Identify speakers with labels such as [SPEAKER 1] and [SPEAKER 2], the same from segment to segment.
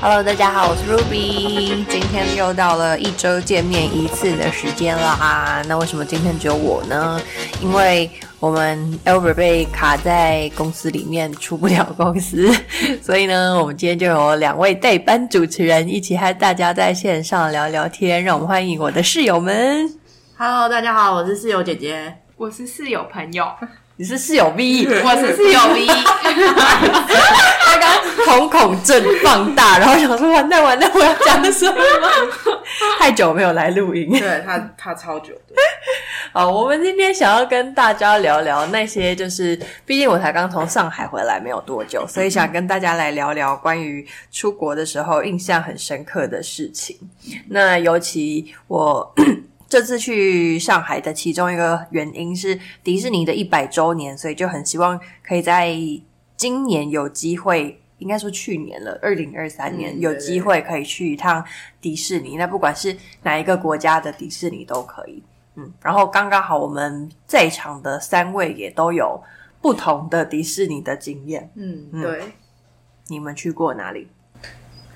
[SPEAKER 1] Hello，大家好，我是 Ruby，今天又到了一周见面一次的时间啦。那为什么今天只有我呢？因为我们 Albert 被卡在公司里面出不了公司， 所以呢，我们今天就有两位代班主持人一起和大家在线上聊聊天。让我们欢迎我的室友们。
[SPEAKER 2] Hello，大家好，我是室友姐姐。
[SPEAKER 3] 我是室友 朋友，
[SPEAKER 1] 你是室友 B，
[SPEAKER 3] 我是室友 V，
[SPEAKER 1] 他刚瞳孔正放大，然后想说完蛋完蛋，我要讲什么？ 太久没有来录音，
[SPEAKER 2] 对他，他超久的。
[SPEAKER 1] 好，我们今天想要跟大家聊聊那些，就是毕竟我才刚从上海回来没有多久，所以想跟大家来聊聊关于出国的时候印象很深刻的事情。那尤其我 这次去上海的其中一个原因是迪士尼的一百周年，所以就很希望可以在今年有机会。应该说去年了，二零二三年、
[SPEAKER 2] 嗯
[SPEAKER 1] 有
[SPEAKER 2] 对
[SPEAKER 1] 机会可以去一趟迪士尼。那不管是哪一个国家的迪士尼都可以。嗯，然后刚刚好我们在场的三位也都有不同的迪士尼的经验，
[SPEAKER 2] 嗯，
[SPEAKER 1] 嗯
[SPEAKER 2] 对，
[SPEAKER 1] 你们去过哪里？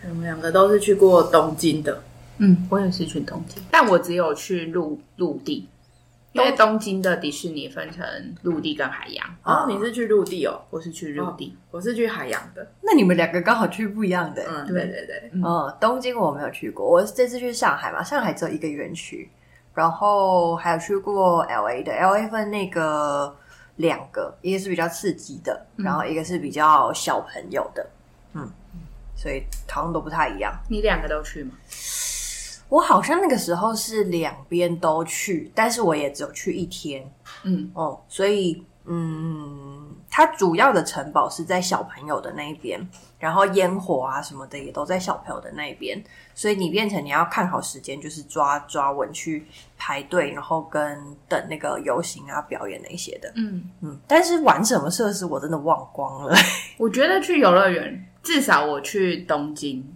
[SPEAKER 2] 我们两个都是去过东京的。
[SPEAKER 3] 嗯，我也是去东京，但我只有去陆陆地，因为东京的迪士尼分成陆地跟海洋，嗯
[SPEAKER 2] 哦，你是去陆地哦，
[SPEAKER 3] 我是去陆地，
[SPEAKER 2] 我是去海洋的。
[SPEAKER 1] 那你们两个刚好去不一样的、
[SPEAKER 2] 嗯，对
[SPEAKER 3] 对
[SPEAKER 2] 对对，
[SPEAKER 1] 嗯、东京我没有去过，我这次去上海嘛，上海只有一个园区，然后还有去过 L A 的，L A 分那个两个，一个是比较刺激的，然后一个是比较小朋友的，嗯，所以好像都不太一样。
[SPEAKER 3] 你两个都去吗？
[SPEAKER 1] 我好像那个时候是两边都去，但是我也只有去一天
[SPEAKER 3] 嗯，
[SPEAKER 1] 哦，所以嗯，它主要的城堡是在小朋友的那一边，然后烟火啊什么的也都在小朋友的那一边，所以你变成你要看好时间，就是抓抓稳去排队，然后跟等那个游行啊表演那些的，
[SPEAKER 3] 嗯，
[SPEAKER 1] 嗯，但是玩什么设施我真的忘光了，
[SPEAKER 3] 我觉得去游乐园，至少我去东京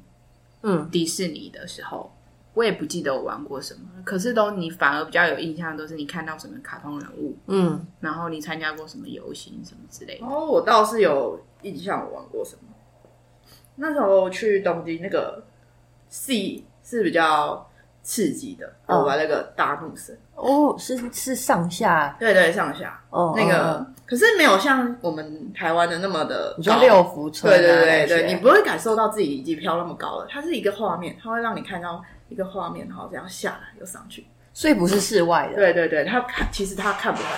[SPEAKER 1] 嗯，
[SPEAKER 3] 迪士尼的时候。我也不记得我玩过什么，可是都你反而比较有印象，都是你看到什么卡通人物，
[SPEAKER 1] 嗯，
[SPEAKER 3] 然后你参加过什么游行什么之类的。
[SPEAKER 2] 哦，我倒是有印象，我玩过什么？那时候去东京那个 C 是比较刺激的，
[SPEAKER 3] 哦
[SPEAKER 1] 嗯
[SPEAKER 2] 我玩那个大怒神，
[SPEAKER 1] 哦，是是上下
[SPEAKER 2] 对对，上下
[SPEAKER 1] 哦
[SPEAKER 2] 那
[SPEAKER 1] 哦
[SPEAKER 3] 嗯
[SPEAKER 1] 哦
[SPEAKER 2] 个，可是没有像我们台湾的那么的
[SPEAKER 1] 你说
[SPEAKER 2] 高
[SPEAKER 1] 六福村、啊
[SPEAKER 2] 对对对
[SPEAKER 1] 那些
[SPEAKER 2] 对，你不会感受到自己已经飘那么高了，它是一个画面，它会让你看到一个画面，然后这样下来又上去。
[SPEAKER 1] 所以不是室外的，
[SPEAKER 2] 对对对，它看其实它看不到，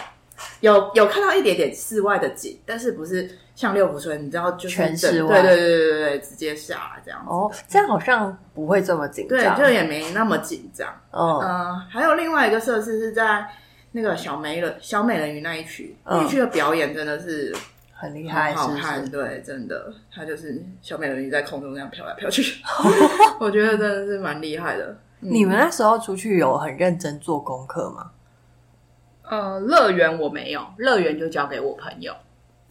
[SPEAKER 2] 有有看到一点点室外的景，但是不是像六福村，你知道就是
[SPEAKER 1] 全
[SPEAKER 2] 整
[SPEAKER 1] 室外
[SPEAKER 2] 对对对对对对，直接下来这样子。
[SPEAKER 1] 哦，这样好像不会这么紧
[SPEAKER 2] 对
[SPEAKER 1] 张。，
[SPEAKER 2] 就也没那么紧张。
[SPEAKER 1] 嗯，
[SPEAKER 2] 嗯，还有另外一个设施是在那个小美人小美人鱼那一区，
[SPEAKER 1] 嗯
[SPEAKER 2] 那一区的表演真的是
[SPEAKER 1] 很厉害，
[SPEAKER 2] 很
[SPEAKER 1] 是
[SPEAKER 2] 好
[SPEAKER 1] 不
[SPEAKER 2] 看，
[SPEAKER 1] 是？
[SPEAKER 2] 对，真的，它就是小美人鱼在空中这样飘来 飘去，我觉得真的是蛮厉害的。嗯
[SPEAKER 1] 你们那时候出去有很认真做功课吗？
[SPEAKER 3] 呃，乐园我没有，乐园就交给我朋友。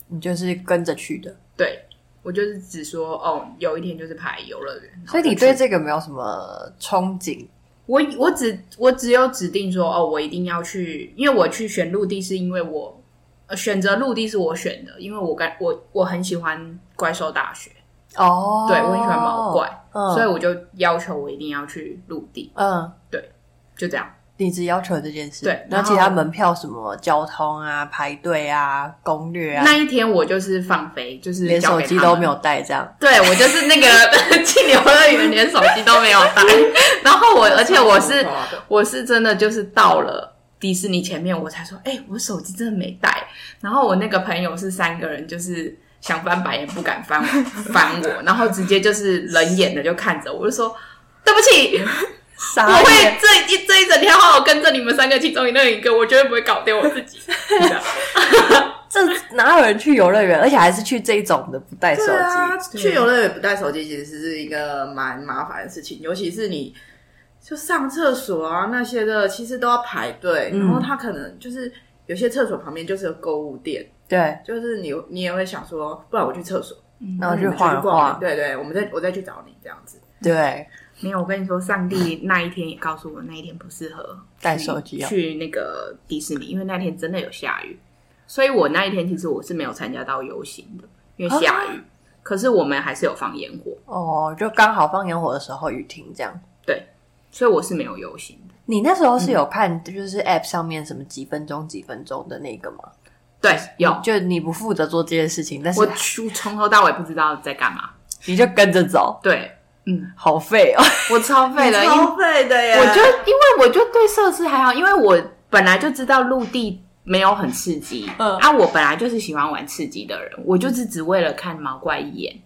[SPEAKER 1] 你就是跟着去的，
[SPEAKER 3] 对，我就是只说哦，有一天就是排游乐园。
[SPEAKER 1] 所以你对这个没有什么憧憬
[SPEAKER 3] 我我只我只有指定说哦，我一定要去，因为我去选陆地是因为我、呃、选择陆地是我选的，因为我该我我很喜欢怪兽大学，
[SPEAKER 1] 哦。
[SPEAKER 3] 对我很喜欢毛怪，
[SPEAKER 1] 嗯，
[SPEAKER 3] 所以我就要求我一定要去陆地，
[SPEAKER 1] 嗯，
[SPEAKER 3] 就这样。
[SPEAKER 1] 你只要求这件事，
[SPEAKER 3] 对
[SPEAKER 1] 那
[SPEAKER 3] 然后
[SPEAKER 1] 其他门票什么交通啊、排队啊、攻略啊，
[SPEAKER 3] 那一天我就是放飞，就是
[SPEAKER 1] 连
[SPEAKER 3] 交
[SPEAKER 1] 手
[SPEAKER 3] 给
[SPEAKER 1] 机
[SPEAKER 3] 他
[SPEAKER 1] 都
[SPEAKER 3] 们
[SPEAKER 1] 没有带，这 样
[SPEAKER 3] 对我就是那个 进游乐园连手机都没有带，然后我而且我是我是真的就是到了迪士尼前面我才说，哎、我手机真的没带。然后我那个朋友是三个人，就是想翻白眼不敢翻我翻我，然后直接就是冷眼的就看着我，我就说对不起， 我
[SPEAKER 1] 傻
[SPEAKER 3] 会
[SPEAKER 1] 眼。
[SPEAKER 3] 这一这一整天好好跟着你们三个其中那一个，我绝对不会搞丢我自己。 这样
[SPEAKER 1] 这哪有人去游乐园，而且还是去这种的不带手
[SPEAKER 2] 对啊，
[SPEAKER 1] 机？
[SPEAKER 2] 去游乐园不带手机其实是一个蛮麻烦的事情，尤其是你就上厕所啊那些的，其实都要排队，
[SPEAKER 1] 嗯
[SPEAKER 2] 然后它可能就是有些厕所旁边就是有购物店，
[SPEAKER 1] 对，
[SPEAKER 2] 就是你你也会想说，不然我去厕所，
[SPEAKER 1] 然后去
[SPEAKER 2] 我们
[SPEAKER 1] 晃一
[SPEAKER 2] 逛，
[SPEAKER 1] 晃，
[SPEAKER 2] 对对，我们再我再去找你这样子。
[SPEAKER 1] 对，
[SPEAKER 3] 没有，我跟你说，上帝那一天也告诉我，那一天不适合
[SPEAKER 1] 带手机哦
[SPEAKER 3] 去那个迪士尼，因为那天
[SPEAKER 1] 啊
[SPEAKER 3] 真的有下雨，所以我那一天其实我是没有参加到游行的，因为下雨。可是我们还是有放烟火，
[SPEAKER 1] 哦，就刚好放烟火的时候雨停这样。
[SPEAKER 3] 所以我是没有游行的。
[SPEAKER 1] 你那时候是
[SPEAKER 2] 嗯
[SPEAKER 1] 有看就是 App 上面什么几分钟几分钟的那个吗？
[SPEAKER 3] 对，有
[SPEAKER 1] 就你不负责做这件事情，但是
[SPEAKER 3] 我去从头到尾不知道在干嘛。
[SPEAKER 1] 你就跟着走，
[SPEAKER 3] 对，嗯，
[SPEAKER 1] 好废哦。
[SPEAKER 3] 我超废了，因为
[SPEAKER 2] 超费的耶！
[SPEAKER 3] 我就因为我就对设施还好，因为我本来就知道陆地没有很刺激，
[SPEAKER 1] 嗯
[SPEAKER 3] 啊，我本来就是喜欢玩刺激的人，我就是只为了看毛怪一眼。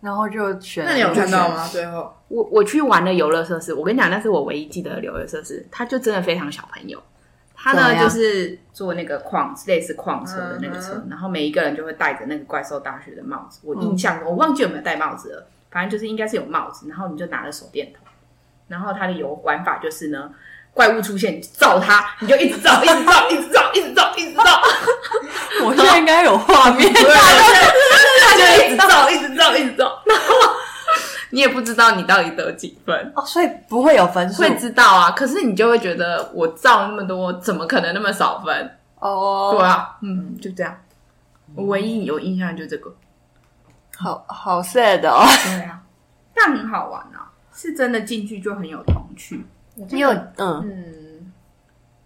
[SPEAKER 1] 然后就选，
[SPEAKER 2] 那你有看到
[SPEAKER 1] 就选？
[SPEAKER 2] 吗？最后
[SPEAKER 3] 我我去玩的游乐设施，我跟你讲，那是我唯一记得的游乐设施，它就真的非常小朋友。它
[SPEAKER 1] 怎
[SPEAKER 3] 呢
[SPEAKER 1] 样
[SPEAKER 3] 就是坐那个矿类似矿车的那个车
[SPEAKER 2] 嗯，
[SPEAKER 3] 然后每一个人就会戴着那个怪兽大学的帽子。
[SPEAKER 1] 嗯
[SPEAKER 3] 我印象中、我忘记有没有戴帽子了，反正就是应该是有帽子，然后你就拿着手电筒，然后它的游玩法就是呢。怪物出现，你就照它，你就一直照，一直照，一直照，一直照，一 直照，
[SPEAKER 1] 我现在应该有画 面。
[SPEAKER 3] 它就一直照，一直照，一直 照。然后 你也不知道你到底得几分，
[SPEAKER 2] 啊
[SPEAKER 1] 哦，所以不会有分数
[SPEAKER 3] 会知道啊，可是你就会觉得我照那么多，怎么可能那么少分？对
[SPEAKER 1] 哦，
[SPEAKER 3] 啊，嗯，就这样。我唯一有印象的就这个。
[SPEAKER 1] 好好 sad 哦。
[SPEAKER 3] 对啊，但很好玩啊，是真的进去就很有童趣。
[SPEAKER 1] 你有嗯，
[SPEAKER 2] 嗯，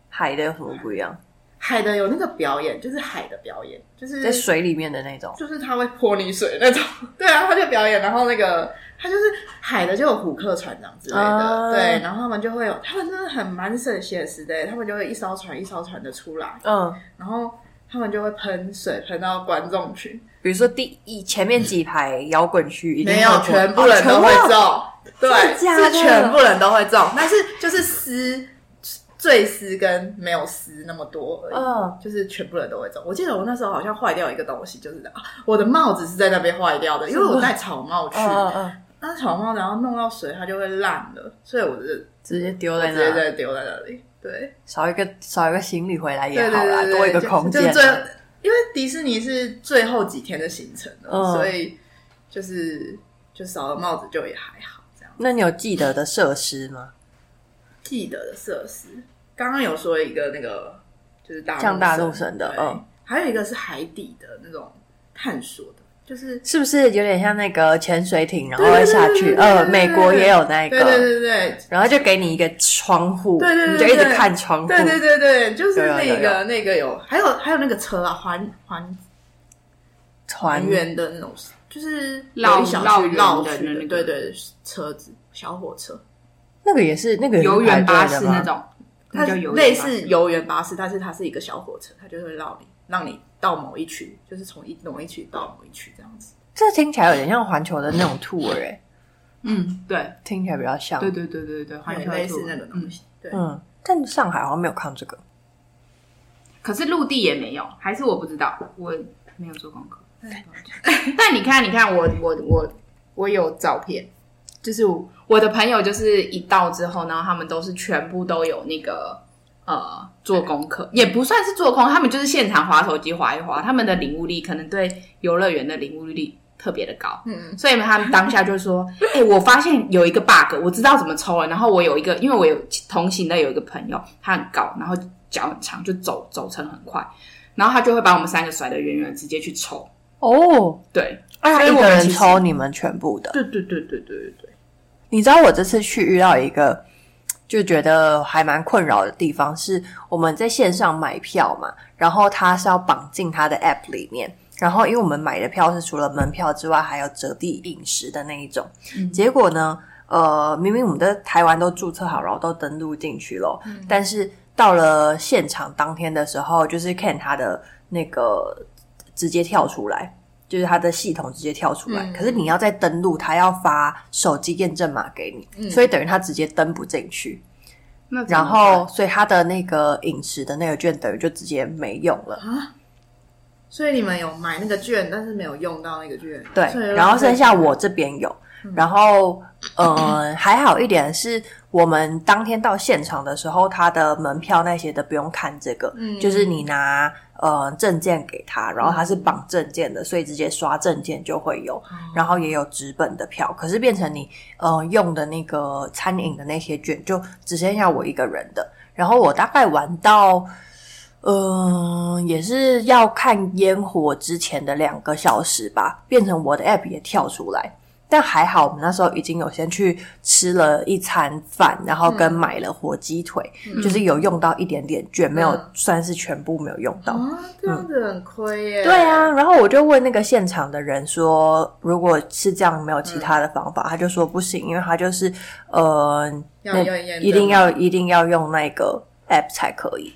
[SPEAKER 1] 海的有什么不一样？
[SPEAKER 2] 海的有那个表演，就是海的表演，就是
[SPEAKER 1] 在水里面的那种，
[SPEAKER 2] 就是他会泼你水那种。 对啊，他就表演，然后那个他就是海的就有虎克船长之类的，
[SPEAKER 1] 啊
[SPEAKER 2] 对，然后他们就会有，他们真的很蛮省写实的，他们就会一艘船一艘船的出来，
[SPEAKER 1] 嗯，
[SPEAKER 2] 然后他们就会喷水喷到观众去，
[SPEAKER 1] 比如说第一前面几排摇滚区一定
[SPEAKER 2] 没有
[SPEAKER 1] 会
[SPEAKER 2] 全部人都会
[SPEAKER 1] 哦全部
[SPEAKER 2] 中，对，
[SPEAKER 1] 真的假的
[SPEAKER 2] 是全部人都会中，但是就是撕最撕跟没有撕那么多而已。
[SPEAKER 1] 嗯，
[SPEAKER 2] 就是全部人都会中。我记得我那时候好像坏掉一个东西，就是啊，我的帽子是在那边坏掉的，因为我戴草帽去，
[SPEAKER 1] 嗯嗯嗯，
[SPEAKER 2] 那草帽然后弄到水它就会烂了，所以我就是
[SPEAKER 1] 直接丢
[SPEAKER 2] 我
[SPEAKER 1] 在
[SPEAKER 2] 直接
[SPEAKER 1] 那，
[SPEAKER 2] 再丢在那里。对，
[SPEAKER 1] 少一个少一个行李回来也
[SPEAKER 2] 对
[SPEAKER 1] 好
[SPEAKER 2] 对
[SPEAKER 1] 啦，
[SPEAKER 2] 对对，
[SPEAKER 1] 多一个空间
[SPEAKER 2] 就
[SPEAKER 1] 啊。
[SPEAKER 2] 就最，因为迪士尼是最后几天的行程了，
[SPEAKER 1] 嗯
[SPEAKER 2] 所以就是就少了帽子就也还好这样。
[SPEAKER 1] 那你有记得的设施吗？
[SPEAKER 2] 记得的设施，刚刚有说一个那个就是大
[SPEAKER 1] 像大陆
[SPEAKER 2] 神
[SPEAKER 1] 神的
[SPEAKER 2] 对
[SPEAKER 1] 嗯
[SPEAKER 2] 还有一个是海底的那种探索的，就是
[SPEAKER 1] 是不是有点像那个潜水艇，然后
[SPEAKER 2] 对对
[SPEAKER 1] 会
[SPEAKER 2] 对
[SPEAKER 1] 下
[SPEAKER 2] 对
[SPEAKER 1] 去？
[SPEAKER 2] 对对
[SPEAKER 1] 呃，
[SPEAKER 2] 对
[SPEAKER 1] 美国也有那一
[SPEAKER 2] 对对
[SPEAKER 1] 个，
[SPEAKER 2] 对对
[SPEAKER 1] 然后就给你一个窗户，
[SPEAKER 2] 对对对
[SPEAKER 1] 你就一直
[SPEAKER 2] 对
[SPEAKER 1] 看窗户。
[SPEAKER 2] 对对对对，就是
[SPEAKER 1] 有有啊有
[SPEAKER 2] 那个那个有，还有还有那个车啊，环环
[SPEAKER 1] 团
[SPEAKER 2] 圆的那种，就是
[SPEAKER 3] 绕
[SPEAKER 2] 有一小
[SPEAKER 3] 绕
[SPEAKER 2] 区
[SPEAKER 3] 圆
[SPEAKER 2] 绕
[SPEAKER 3] 的
[SPEAKER 2] 去
[SPEAKER 3] 那个
[SPEAKER 2] 对对，车子小火车，
[SPEAKER 1] 那个也是那个也是
[SPEAKER 3] 游园巴
[SPEAKER 1] 排队的
[SPEAKER 3] 士
[SPEAKER 1] 吗
[SPEAKER 3] 那，种，
[SPEAKER 2] 它
[SPEAKER 3] 那叫游园巴士
[SPEAKER 2] 类似游园巴士，但是它是一个小火车，它就会绕你，让你到某一区，就是从一某一区到某一区这样子。
[SPEAKER 1] 这听起来有点像环球的那种 tour 哎，
[SPEAKER 3] 嗯，对，
[SPEAKER 1] 听起来比较像。
[SPEAKER 3] 对对对对对，环
[SPEAKER 2] 对
[SPEAKER 3] 球
[SPEAKER 2] 类似
[SPEAKER 3] 兔
[SPEAKER 2] 那个东。西。对，
[SPEAKER 1] 嗯，但上海好像没有看这个。
[SPEAKER 3] 嗯可是陆地也没有，还是我不知道，我没有做功课。 但你看，你看，我我我我有照片，就是我我的朋友，就是一到之后，然后他们都是全部都有那个呃做功课，也不算是做功课，他们就是现场划手机划一划，他们的领悟力可能对游乐园的领悟力特别的高。
[SPEAKER 2] 嗯，
[SPEAKER 3] 所以他们当下就说：“ 哎、我发现有一个 bug，我知道怎么抽了。然后我有一个，因为我有同行的有一个朋友，他很高，然后脚很长，就走走程很快，然后他就会把我们三个甩得远远，直接去抽。
[SPEAKER 1] 哦，
[SPEAKER 3] 对，
[SPEAKER 1] 啊，
[SPEAKER 3] 所以
[SPEAKER 1] 一
[SPEAKER 3] 我
[SPEAKER 1] 个
[SPEAKER 3] 们
[SPEAKER 1] 人
[SPEAKER 3] 其实
[SPEAKER 1] 抽你们全部的。
[SPEAKER 3] 对对对对对对对，
[SPEAKER 1] 你知道我这次去遇到一个就觉得还蛮困扰的地方，是我们在线上买票嘛，然后它是要绑进它的 app 里面，然后因为我们买的票是除了门票之外，还有折抵饮食的那一种，结果呢，呃，明明我们在台湾都注册好，然后都登录进去了，但是到了现场当天的时候，就是看他的那个直接跳出来。就是他的系统直接跳出来，
[SPEAKER 2] 嗯
[SPEAKER 1] 可是你要再登录，他要发手机验证码给你，所以等于他直接登不进去，
[SPEAKER 3] 嗯那怎么
[SPEAKER 1] 然后所以他的那个饮食的那个券等于就直接没用了，
[SPEAKER 2] 所以你们有买那个券，但是没有用到那个券，所
[SPEAKER 1] 对，
[SPEAKER 2] 以就啊
[SPEAKER 1] 然后剩下我这边有，
[SPEAKER 2] 嗯
[SPEAKER 1] 然后呃还好一点是我们当天到现场的时候，他的门票那些的不用看这个，
[SPEAKER 2] 嗯
[SPEAKER 1] 就是你拿呃证件给他，然后他是绑证件的，所以直接刷证件就会
[SPEAKER 2] 哦
[SPEAKER 1] 有，然后也有纸本的票，可是变成你呃用的那个餐饮的那些券就只剩下我一个人的，然后我大概玩到。嗯，也是要看烟火之前的两个小时吧，变成我的 app 也跳出来。但还好，我们那时候已经有先去吃了一餐饭，然后跟买了火鸡腿，就是有用到一点点券，没有
[SPEAKER 2] 嗯
[SPEAKER 1] 算是全部没有用到。
[SPEAKER 2] 啊，这样子很亏耶。
[SPEAKER 1] 对啊，，然后我就问那个现场的人说，如果是这样，没有其他的方法，他就说不行，因为他就是呃，
[SPEAKER 2] 嗯要
[SPEAKER 1] 那
[SPEAKER 2] 要验证
[SPEAKER 1] 一定要一定要用那个 app 才可以。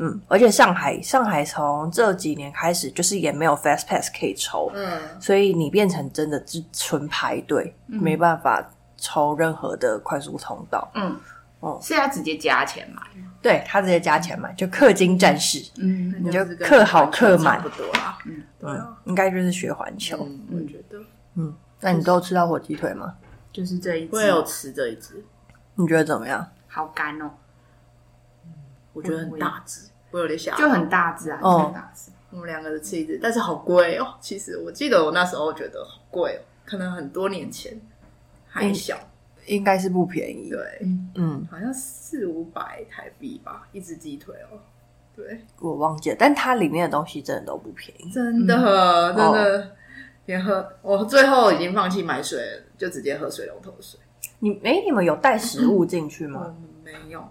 [SPEAKER 1] 嗯，而且上海上海从这几年开始，就是也没有 fast pass 可以抽，
[SPEAKER 2] 嗯，
[SPEAKER 1] 所以你变成真的是纯排队，没办法抽任何的快速通道。
[SPEAKER 3] 嗯，
[SPEAKER 1] 哦
[SPEAKER 3] 是要直接加钱买。
[SPEAKER 1] 对他直接加钱买，就氪金战士，
[SPEAKER 3] 嗯，
[SPEAKER 1] 你就
[SPEAKER 2] 那是跟
[SPEAKER 1] 克好克
[SPEAKER 2] 完全
[SPEAKER 1] 满
[SPEAKER 2] 差不多啦。对
[SPEAKER 1] 嗯
[SPEAKER 2] 啊，
[SPEAKER 1] 应该就是学环球。
[SPEAKER 2] 嗯，我觉得
[SPEAKER 1] 那你都有吃到火鸡腿吗？
[SPEAKER 3] 就是这一
[SPEAKER 2] 我也有吃这一只，
[SPEAKER 1] 你觉得怎么样？
[SPEAKER 3] 好干哦，
[SPEAKER 2] 我觉得很大只，我有点想
[SPEAKER 3] 就很大只啊，就
[SPEAKER 1] 哦
[SPEAKER 3] 很大只。
[SPEAKER 2] 我们两个人吃一只，但是好贵哦。其实我记得我那时候觉得好贵哦，可能很多年前还小，
[SPEAKER 1] 应该是不便宜。
[SPEAKER 2] 对，
[SPEAKER 3] 嗯，
[SPEAKER 1] 嗯，
[SPEAKER 2] 好像四五百台币吧，一只鸡腿哦。对，
[SPEAKER 1] 我忘记了，但它里面的东西真的都不便宜。
[SPEAKER 2] 真的、
[SPEAKER 1] 嗯
[SPEAKER 2] 真
[SPEAKER 1] 哦
[SPEAKER 2] 的，连喝我最后已经放弃买水了，就直接喝水龙头水。
[SPEAKER 1] 你哎、你们有带食物进去吗？
[SPEAKER 2] 我没有，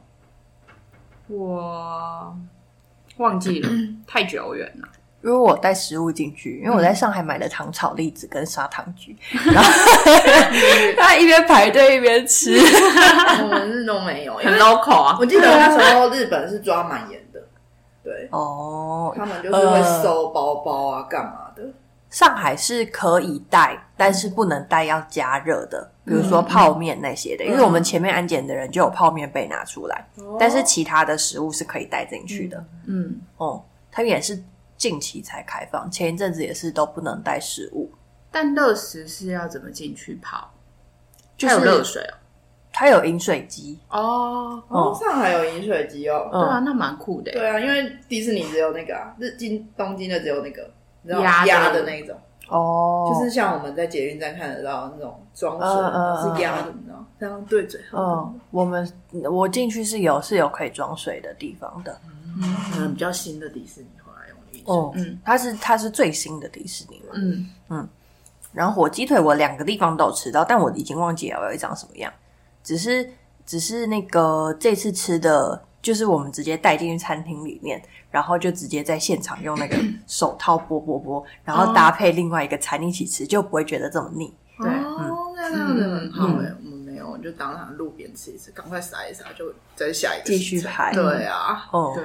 [SPEAKER 3] 我忘记 了，太久远了。
[SPEAKER 1] 因为我带食物进去，因为我在上海买的糖炒栗子跟砂糖橘， 然后他一边排队一边吃。
[SPEAKER 2] 我们是都没有，因
[SPEAKER 3] 很
[SPEAKER 2] 为
[SPEAKER 3] local 啊
[SPEAKER 2] 我，记得那时候日本是抓蛮严的，
[SPEAKER 1] 嗯
[SPEAKER 2] 对
[SPEAKER 1] 哦，
[SPEAKER 2] 他们就是会收包包啊，干嘛的。
[SPEAKER 1] 上海是可以带，但是不能带要加热的，比如说泡面那些的，因为我们前面安检的人就有泡面被拿出来，但是其他的食物是可以带进去的。
[SPEAKER 3] 嗯，
[SPEAKER 1] 哦，它也是近期才开放，前一阵子也是都不能带食物。
[SPEAKER 3] 但热食是要怎么进去泡？
[SPEAKER 1] 就
[SPEAKER 3] 还有热
[SPEAKER 1] 是
[SPEAKER 3] 水
[SPEAKER 1] 它有饮水机，
[SPEAKER 3] 哦。哦，
[SPEAKER 2] 哦
[SPEAKER 1] 哦，
[SPEAKER 2] 上海有饮水机哦，
[SPEAKER 3] 对
[SPEAKER 1] 嗯
[SPEAKER 3] 啊，那蛮酷的耶。
[SPEAKER 2] 对啊，因为迪士尼只有那个啊，日京东京的只有那个，你知道
[SPEAKER 3] 鸭
[SPEAKER 2] 吗
[SPEAKER 3] 的
[SPEAKER 2] 鸭的那一种，
[SPEAKER 1] 哦，
[SPEAKER 2] 就是像我们在捷运站看得到那种装
[SPEAKER 1] 嗯嗯嗯
[SPEAKER 2] 水是鸭的，你知道，这样对嘴喝，
[SPEAKER 1] 嗯，我们我进去是有是有可以装水的地方的，
[SPEAKER 2] 可能比较新的迪士尼后来用的饮水
[SPEAKER 1] 哦，
[SPEAKER 3] 嗯
[SPEAKER 1] 它是它是最新的迪士尼嘛。
[SPEAKER 3] 嗯，
[SPEAKER 1] 然后火鸡腿我两个地方都有吃到，但我已经忘记了我一长什么样，只是只是那个这次吃的。就是我们直接带进去餐厅里面，然后就直接在现场用那个手套剥剥剥，然后搭配另外一个餐一起吃，就不会觉得这么腻。
[SPEAKER 3] 对
[SPEAKER 2] 哦，
[SPEAKER 1] 嗯
[SPEAKER 2] 那这样子很好哎，我们没有，我们就当场路边吃一吃，赶快撒一撒，就再下一个
[SPEAKER 1] 继续
[SPEAKER 2] 行程
[SPEAKER 1] 排
[SPEAKER 2] 对啊，
[SPEAKER 1] 哦，
[SPEAKER 3] 对，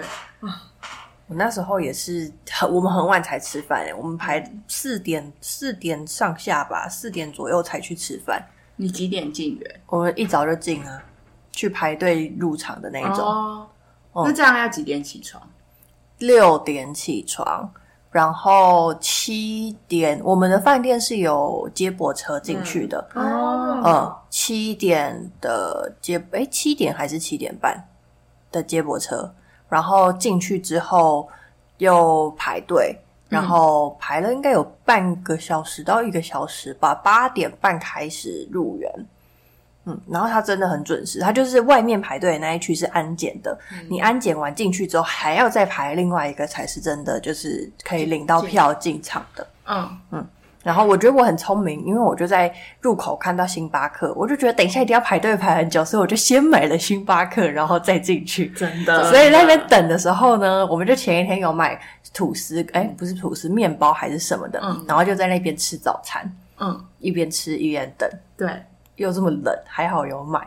[SPEAKER 1] 我那时候也是很，我们很晚才吃饭、欸，我们排
[SPEAKER 3] 嗯
[SPEAKER 1] 四点四点上下吧，四点左右才去吃饭。
[SPEAKER 3] 你几点进园？
[SPEAKER 1] 我们一早就进啊，去排队入场的那一种，
[SPEAKER 3] 哦，那这样要几点起床？
[SPEAKER 1] 六、点起床，然后七点我们的饭店是有接驳车进
[SPEAKER 3] 嗯
[SPEAKER 1] 去的，
[SPEAKER 3] 哦
[SPEAKER 1] 嗯，七、点的接，诶、七点还是七点半的接驳车，然后进去之后又排队，然后排了应该有半个小时到一个小时吧，八点半开始入园。嗯，然后它真的很准时，它就是外面排队的那一区是安检的，你安检完进去之后还要再排另外一个才是真的，就是可以领到票进场的。
[SPEAKER 3] 嗯，
[SPEAKER 1] 然后我觉得我很聪明，因为我就在入口看到星巴克，我就觉得等一下一定要排队排很久，所以我就先买了星巴克，然后再进去。
[SPEAKER 3] 真
[SPEAKER 2] 嗯
[SPEAKER 3] 的
[SPEAKER 1] 所以在那 边等的时候呢，我们就前一天有买吐司，哎，不是吐司，面包还是什么的，
[SPEAKER 3] 嗯
[SPEAKER 1] 然后就在那边吃早餐，
[SPEAKER 3] 嗯，
[SPEAKER 1] 一边吃一边等，
[SPEAKER 3] 对，
[SPEAKER 1] 又这么冷，还好有买。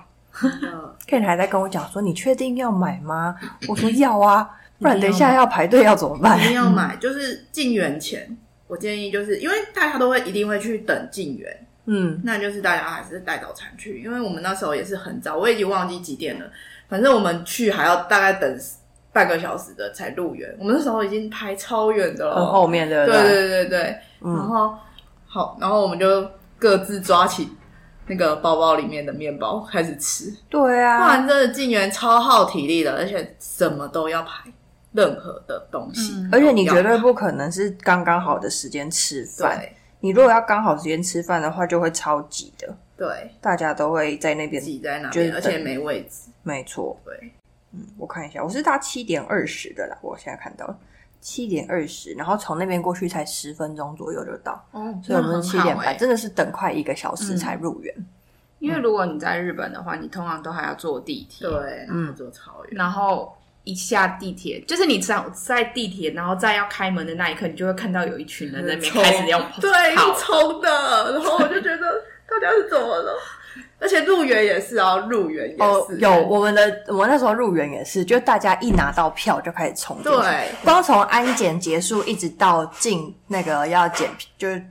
[SPEAKER 1] 客人还在跟我讲说：“你确定要买吗？”我说：“要啊，不然等一下要排队要怎么办
[SPEAKER 2] 一定要买，就是进园前，我建议就是因为大家都会一定会去等进园。？”
[SPEAKER 1] 嗯，
[SPEAKER 2] 那就是大家还是带早餐去，因为我们那时候也是很早，我已经忘记几点了。反正我们去还要大概等半个小时的才入园，我们那时候已经排超远的了。
[SPEAKER 1] 很后面对不
[SPEAKER 2] 对
[SPEAKER 1] 对？
[SPEAKER 2] 对对对对，
[SPEAKER 1] 嗯
[SPEAKER 2] 然后好，然后我们就各自抓起那个包包里面的面包开始吃，
[SPEAKER 1] 对
[SPEAKER 2] 不
[SPEAKER 1] 啊，
[SPEAKER 2] 然真的进园超耗体力的，而且什么都要排，任何的东西
[SPEAKER 3] 嗯
[SPEAKER 2] 都
[SPEAKER 1] 而
[SPEAKER 2] 要排，
[SPEAKER 1] 且你绝对不可能是刚刚好的时间吃饭。
[SPEAKER 2] 对
[SPEAKER 1] 你如果要刚好时间吃饭的话，就会超挤的，
[SPEAKER 2] 对
[SPEAKER 1] 大家都会在那边。
[SPEAKER 2] 挤在那
[SPEAKER 1] 就是
[SPEAKER 2] 边，
[SPEAKER 1] 等
[SPEAKER 2] 而且没位置，
[SPEAKER 1] 没错，嗯
[SPEAKER 2] 对。
[SPEAKER 1] 我看一下，我是搭七点二十的啦，我现在看到了七点二十，然后从那边过去才十分钟左右就到，
[SPEAKER 3] 哦，
[SPEAKER 1] 所以我们七点半、
[SPEAKER 2] 欸
[SPEAKER 3] 哎。
[SPEAKER 1] 真的是等快一个小时才入园。
[SPEAKER 3] 因为如果你在日本的话，你通常都还要坐地铁，
[SPEAKER 2] 对，
[SPEAKER 1] 嗯
[SPEAKER 2] 嗯，坐超远，
[SPEAKER 3] 然后一下地铁，就是你在在地铁，然后再要开门的那一刻，你就会看到有一群人在那边开始用
[SPEAKER 2] 对
[SPEAKER 3] 跑
[SPEAKER 2] 用冲的，然后我就觉得大家是怎么了？ 而且入园也是啊，入园也
[SPEAKER 1] 哦
[SPEAKER 2] 是，
[SPEAKER 1] 有我们的，我们那时候入园也是，就大家一拿到票就开始冲进去，
[SPEAKER 2] 对
[SPEAKER 1] 光从安检结束一直到进那个要检，就是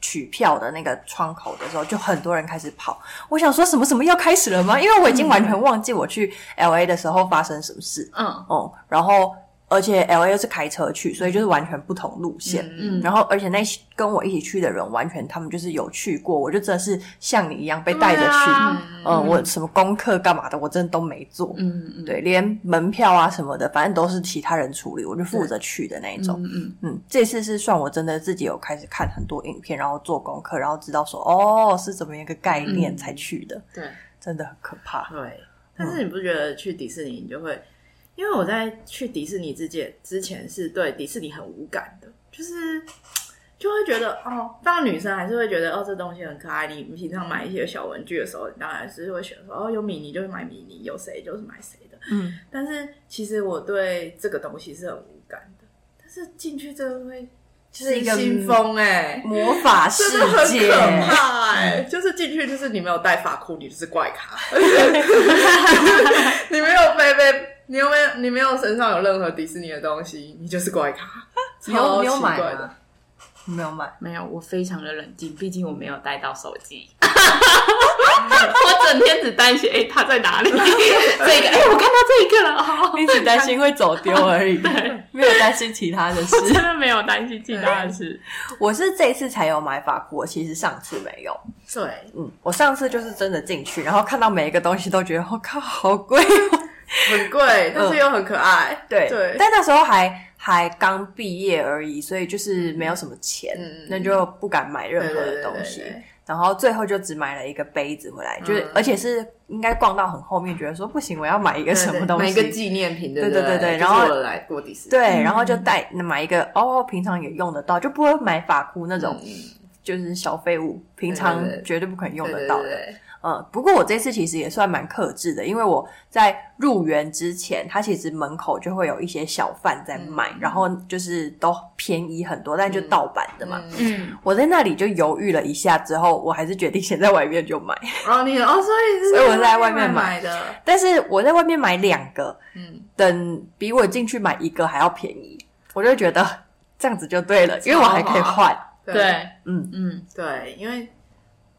[SPEAKER 1] 取票的那个窗口的时候，就很多人开始跑。我想说什么什么要开始了吗？因为我已经完全忘记我去 L A 的时候发生什么事。
[SPEAKER 3] 嗯
[SPEAKER 1] 哦、然后而且 L A 又是开车去，所以就是完全不同路线。
[SPEAKER 3] 嗯，
[SPEAKER 1] 然后，而且那些跟我一起去的人，完全他们就是有去过，我就真的是像你一样被带着去。
[SPEAKER 3] 对啊
[SPEAKER 1] 嗯，我什么功课干嘛的，我真的都没做。
[SPEAKER 3] 嗯嗯
[SPEAKER 1] 对，连门票啊什么的，反正都是其他人处理，我就负责去的那一种。
[SPEAKER 3] 嗯嗯，
[SPEAKER 1] 嗯，这次是算我真的自己有开始看很多影片，然后做功课，然后知道说哦是怎么一个概念才去的，
[SPEAKER 2] 嗯对
[SPEAKER 1] 真的很可怕。
[SPEAKER 2] 对。嗯但是你不觉得去迪士尼你就会，因为我在去迪士尼之前之前是对迪士尼很无感的，就是就会觉得哦，当然女生还是会觉得哦，这东西很可爱。你你平常买一些小文具的时候，你当然是会选说哦，有米妮就是买米妮，有谁就是买谁的。
[SPEAKER 1] 嗯，
[SPEAKER 2] 但是其实我对这个东西是很无感的，但是进去这个会
[SPEAKER 1] 就是一个嗯
[SPEAKER 2] 新风哎、
[SPEAKER 1] 魔法世
[SPEAKER 2] 真的很
[SPEAKER 1] 界
[SPEAKER 2] 可，怕哎、就是进去就是你没有带发箍，你就是怪咖， 你没有背背，你有没有你没有身上有任何迪士尼的东西，你就是怪咖，
[SPEAKER 1] 你有
[SPEAKER 2] 超
[SPEAKER 1] 你
[SPEAKER 2] 奇
[SPEAKER 1] 有买
[SPEAKER 2] 怪 的
[SPEAKER 1] 吗。？没有 买，
[SPEAKER 3] 没有，我非常的冷静，毕竟我没有带到手 机。我整天只担心，哎、他在哪里？这个，哎、 我看到这一个了，哦，
[SPEAKER 1] 你只担心会走丢而已，没有担心其他的 事。
[SPEAKER 3] 真的没有担心其他的事。
[SPEAKER 1] 我是这次才有买法裤，我其实上次没有。
[SPEAKER 2] 对，
[SPEAKER 1] 嗯，我上次就是真的进去，然后看到每一个东西都觉得，我、靠，好贵、哦。
[SPEAKER 2] 很贵，但是又很可爱，
[SPEAKER 1] 嗯对
[SPEAKER 2] 对，
[SPEAKER 1] 但那时候还还刚毕业而已，所以就是没有什么钱，
[SPEAKER 2] 嗯
[SPEAKER 1] 那就不敢买任
[SPEAKER 2] 对
[SPEAKER 1] 何
[SPEAKER 2] 对
[SPEAKER 1] 的
[SPEAKER 2] 对
[SPEAKER 1] 东
[SPEAKER 2] 对
[SPEAKER 1] 西。
[SPEAKER 2] 对
[SPEAKER 1] 然后最后就只买了一个杯子回来，就是、
[SPEAKER 2] 嗯
[SPEAKER 1] 而且是应该逛到很后面，觉得说不行，我要买一个什么东西。
[SPEAKER 2] 买一个嗯纪念品，对
[SPEAKER 1] 对
[SPEAKER 2] 对
[SPEAKER 1] 对对对
[SPEAKER 2] 就
[SPEAKER 1] 然后
[SPEAKER 2] 是我来过迪士尼，
[SPEAKER 1] 对，然后就带买一个哦，平常也用得到，就不会买发箍那种，就是小废物，平常
[SPEAKER 2] 嗯对对对
[SPEAKER 1] 绝对不可能用
[SPEAKER 2] 对
[SPEAKER 1] 得
[SPEAKER 2] 对
[SPEAKER 1] 到的。
[SPEAKER 2] 对，
[SPEAKER 1] 嗯，不过我这次其实也算蛮克制的，因为我在入园之前，它其实门口就会有一些小贩在卖，
[SPEAKER 2] 嗯
[SPEAKER 1] 然后就是都便宜很多，但就盗版的嘛。
[SPEAKER 2] 嗯
[SPEAKER 3] 嗯，
[SPEAKER 1] 我在那里就犹豫了一下，之后我还是决定先在外面就买。
[SPEAKER 2] 然后你哦，所以是
[SPEAKER 1] 所以我在外面
[SPEAKER 2] 面
[SPEAKER 1] 买
[SPEAKER 2] 买的，
[SPEAKER 1] 但是我在外面买两个，
[SPEAKER 2] 嗯，
[SPEAKER 1] 等比我进去买一个还要便宜，我就觉得这样子就对了，因为我还可以换。
[SPEAKER 3] 对，
[SPEAKER 1] 嗯
[SPEAKER 3] 嗯
[SPEAKER 2] 对，因为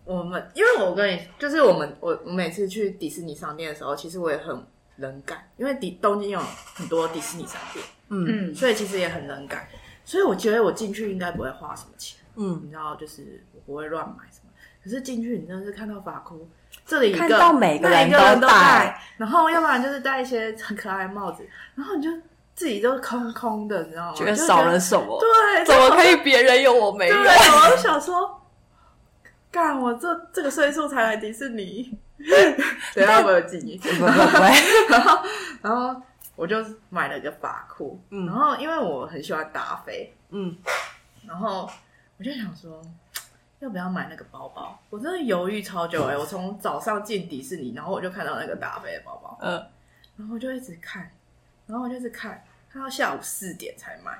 [SPEAKER 2] 我们因为我跟你就是我们我我每次去迪士尼商店的时候，其实我也很冷感，因为迪东京有很多迪士尼商店，
[SPEAKER 1] 嗯
[SPEAKER 3] 嗯，
[SPEAKER 2] 所以其实也很冷感，所以我觉得我进去应该不会花什么钱，
[SPEAKER 1] 嗯，
[SPEAKER 2] 你知道，就是我不会乱买什么。可是进去你真的是看到法哭，这里一个
[SPEAKER 1] 看到每个
[SPEAKER 2] 那
[SPEAKER 1] 人
[SPEAKER 2] 一
[SPEAKER 1] 都
[SPEAKER 2] 个人都
[SPEAKER 1] 戴，
[SPEAKER 2] 然后要不然就是戴一些很可爱的帽子，然后你就自己都空空的，你知道吗？
[SPEAKER 1] 觉得
[SPEAKER 2] 就
[SPEAKER 1] 少了什么？
[SPEAKER 2] 对，啊
[SPEAKER 1] 怎么可以别人有我没有？
[SPEAKER 2] 对，啊我就想说，干我这这个岁数才来迪 士尼，等一下我有记忆。
[SPEAKER 1] 不不不，
[SPEAKER 2] 然后我就买了个法裤，
[SPEAKER 1] 嗯
[SPEAKER 2] 然后因为我很喜欢达菲，
[SPEAKER 1] 嗯，
[SPEAKER 2] 然后我就想说。要不要买那个包包？我真的犹豫超久哎、我从早上进迪士尼，然后我就看到那个达菲的包包，
[SPEAKER 1] 呃，
[SPEAKER 2] 然后我就一直看，然后我就一直看，看到下午四点才买，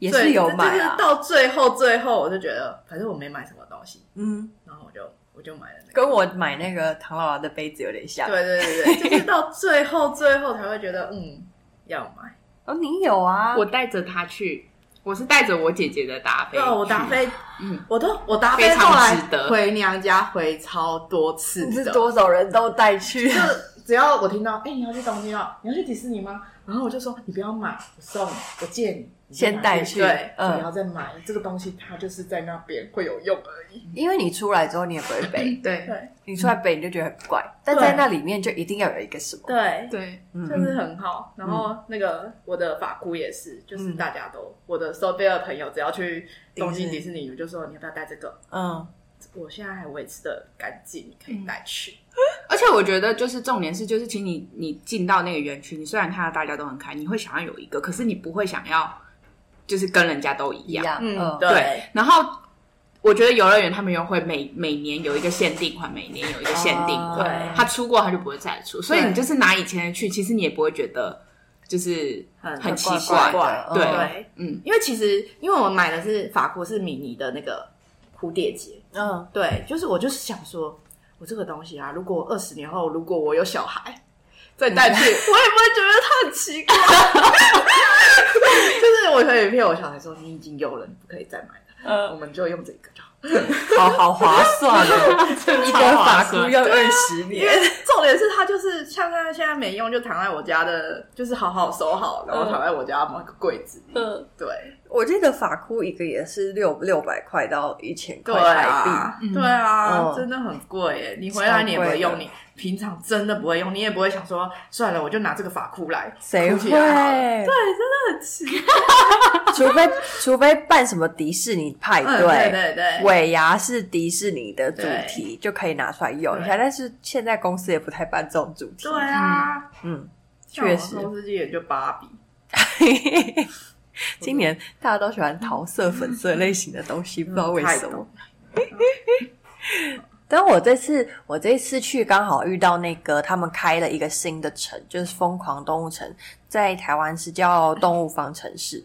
[SPEAKER 1] 也是有买
[SPEAKER 2] 对就
[SPEAKER 1] 啊
[SPEAKER 2] 是。到最后最后，我就觉得反正我没买什么东西，
[SPEAKER 1] 嗯，
[SPEAKER 2] 然后我就我就买了那个。
[SPEAKER 1] 跟我买那个唐老鸭的杯子有点像。
[SPEAKER 2] 对对对 对，就是到最后最后才会觉得嗯要买。
[SPEAKER 1] 哦，你有啊？
[SPEAKER 3] 我带着他去，我是带着我姐姐的达菲
[SPEAKER 2] 对，，啊我达，菲，
[SPEAKER 3] 嗯，
[SPEAKER 2] 我都我达
[SPEAKER 3] 非
[SPEAKER 2] 菲
[SPEAKER 3] 常
[SPEAKER 2] 后
[SPEAKER 3] 值
[SPEAKER 2] 来
[SPEAKER 3] 得
[SPEAKER 2] 回娘家回超多次
[SPEAKER 1] 你
[SPEAKER 2] 的，
[SPEAKER 1] 是多少人都带去
[SPEAKER 2] 就。只要我听到哎、你要去东京哦，你要去迪士尼吗？然后我就说你不要买，我送你，我借你。你就
[SPEAKER 1] 先带去
[SPEAKER 2] 对，
[SPEAKER 1] 嗯
[SPEAKER 2] 不要再买这个东西，它就是在那边会有用而已。
[SPEAKER 1] 因为你出来之后你也不会 背，
[SPEAKER 3] 对
[SPEAKER 2] 对
[SPEAKER 1] 你出来背你就觉得很怪，但在那里面就一定要有一个什么。
[SPEAKER 2] 嗯对
[SPEAKER 3] 对，
[SPEAKER 1] 嗯
[SPEAKER 2] 就是很好。然后那个我的法箍也是，就是大家都、我的收贝尔朋友，只要去东京
[SPEAKER 1] 嗯迪
[SPEAKER 2] 迪
[SPEAKER 1] 士
[SPEAKER 2] 士尼，我就说你要不要带这个？
[SPEAKER 1] 嗯，
[SPEAKER 2] 我现在还维持的干净，你可以带去。
[SPEAKER 3] 而且我觉得就是重点是，就是请你你进到那个园区，你虽然看到大家都很开，你会想要有一个，可是你不会想要就是跟人家都一
[SPEAKER 1] 一
[SPEAKER 3] 样。
[SPEAKER 1] 样，
[SPEAKER 2] 嗯，
[SPEAKER 1] 嗯，
[SPEAKER 2] 对，
[SPEAKER 3] 然后我觉得游乐园他们又会每每年有一个限定款，每年有一个限定款，
[SPEAKER 2] 对
[SPEAKER 3] 他出过他就不会再出，所以
[SPEAKER 2] 对
[SPEAKER 3] 你就是拿以前的去，其实你也不会觉得就是
[SPEAKER 2] 很
[SPEAKER 3] 很奇
[SPEAKER 1] 怪
[SPEAKER 3] 怪
[SPEAKER 1] 的
[SPEAKER 3] 对，
[SPEAKER 1] 嗯
[SPEAKER 2] 对，
[SPEAKER 3] 嗯，
[SPEAKER 2] 因为其实因为我买的是法国是米妮的那个蝴蝶结，
[SPEAKER 1] 嗯，
[SPEAKER 2] 对，就是我就是想说，我这个东西啊，如果二十年后如果我有小孩再带
[SPEAKER 1] 嗯
[SPEAKER 2] 去， 我也不会觉得它很奇怪。 就是我可以骗我小孩说，你已经有了，你不可以再买了，
[SPEAKER 1] 嗯
[SPEAKER 2] 我们就用这个就好。
[SPEAKER 1] 好好划算哦，一根发
[SPEAKER 3] 好划
[SPEAKER 1] 箍
[SPEAKER 3] 算
[SPEAKER 1] 要二十
[SPEAKER 2] 因
[SPEAKER 1] 年
[SPEAKER 2] 为，重点是它就是像它现在没用，就躺在我家的，就是好好收好，然后躺在我家某一个柜子里。
[SPEAKER 1] 嗯。
[SPEAKER 2] 对
[SPEAKER 1] 我记得法箍一个也是六六百块到一千
[SPEAKER 2] 对
[SPEAKER 1] 块台币，
[SPEAKER 2] 啊，
[SPEAKER 3] 币
[SPEAKER 2] 对啊，
[SPEAKER 1] 嗯
[SPEAKER 2] 真的很贵耶！你回来你也不会用，你平常真的不会用，你也不会想说算了，我就拿这个法裤来，
[SPEAKER 1] 谁
[SPEAKER 2] 哭
[SPEAKER 1] 会？
[SPEAKER 2] 起来好了
[SPEAKER 1] 对，
[SPEAKER 2] 很奇怪
[SPEAKER 1] 除非除非办什么迪士尼派
[SPEAKER 2] 嗯
[SPEAKER 1] 对，
[SPEAKER 2] 对对对，
[SPEAKER 1] 尾牙是迪士尼的主题，就可以拿出来用一下。
[SPEAKER 2] 对
[SPEAKER 1] 但是现在公司也不太办这种主题，
[SPEAKER 2] 对啊，
[SPEAKER 1] 嗯，
[SPEAKER 2] 像我
[SPEAKER 1] 确实
[SPEAKER 2] 公司今年就芭比，
[SPEAKER 1] 今年大家都喜欢桃色、粉色类型的东西，不知道为
[SPEAKER 2] 嗯太
[SPEAKER 1] 什么
[SPEAKER 2] 懂。
[SPEAKER 1] 但我这次我这次去刚好遇到那个他们开了一个新的城，就是疯狂动物城，在台湾是叫动物方城市，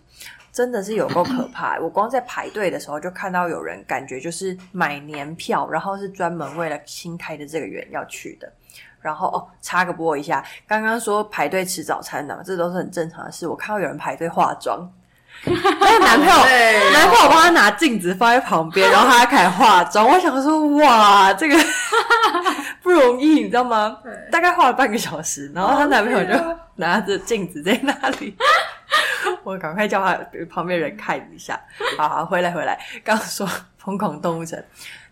[SPEAKER 1] 真的是有够可怕。我光在排队的时候就看到有人感觉就是买年票，然后是专门为了新开的这个园要去的。然后哦，插个播一下，刚刚说排队吃早餐的嘛，这都是很正常的事。我看到有人排队化 妆，那个男朋友
[SPEAKER 2] 对
[SPEAKER 1] 男朋友帮他拿镜子放在旁边，然后他开始化妆。我想说，哇， 这个不容易，你知道吗？
[SPEAKER 2] 对，
[SPEAKER 1] 大概化了半个小时，然后她男朋友就
[SPEAKER 2] 好累哦
[SPEAKER 1] 拿着镜子在那 里。我赶快叫他旁边人看一下。好好，回来回来，刚刚说疯狂动物城。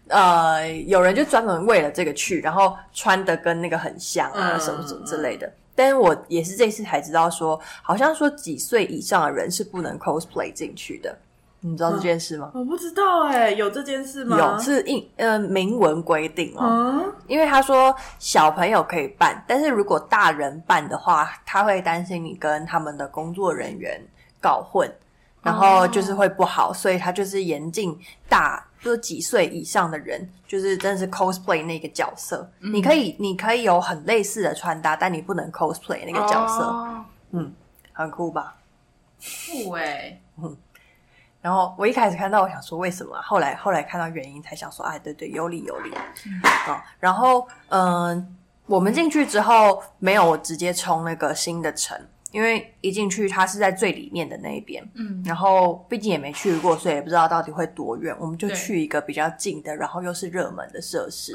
[SPEAKER 1] 呃，有人就专门为了这个去，然后穿的跟那个很像啊，
[SPEAKER 2] 嗯
[SPEAKER 1] 什么什么之类的。但是我也是这次才知道说，好像说几岁以上的人是不能 cosplay 进去的。你知道这件事吗？
[SPEAKER 2] 我不知道哎，有这件事吗？
[SPEAKER 1] 有是印呃明文规定哦，
[SPEAKER 2] 嗯，
[SPEAKER 1] 因为他说小朋友可以办，但是如果大人办的话，他会担心你跟他们的工作人员搞混，然后就是会不好，所以他就是严禁大就是几岁以上的人，就是真的是 cosplay 那个角色。你可以你可以有很类似的穿搭，但你不能 cosplay 那个角色，
[SPEAKER 3] 哦
[SPEAKER 1] 很酷吧？
[SPEAKER 3] 酷哎，
[SPEAKER 1] 然后我一开始看到，我想说为什么啊、后来后来看到原因，才想说，哎，对对，有理有理。
[SPEAKER 3] 嗯
[SPEAKER 1] 哦，然后嗯、我们进去之后没有直接冲那个新的城，因为一进去它是在最里面的那一边，
[SPEAKER 3] 嗯，
[SPEAKER 1] 然后毕竟也没去过，所以也不知道到底会多远，我们就
[SPEAKER 3] 对
[SPEAKER 1] 去一个比较近的，然后又是热门的设施，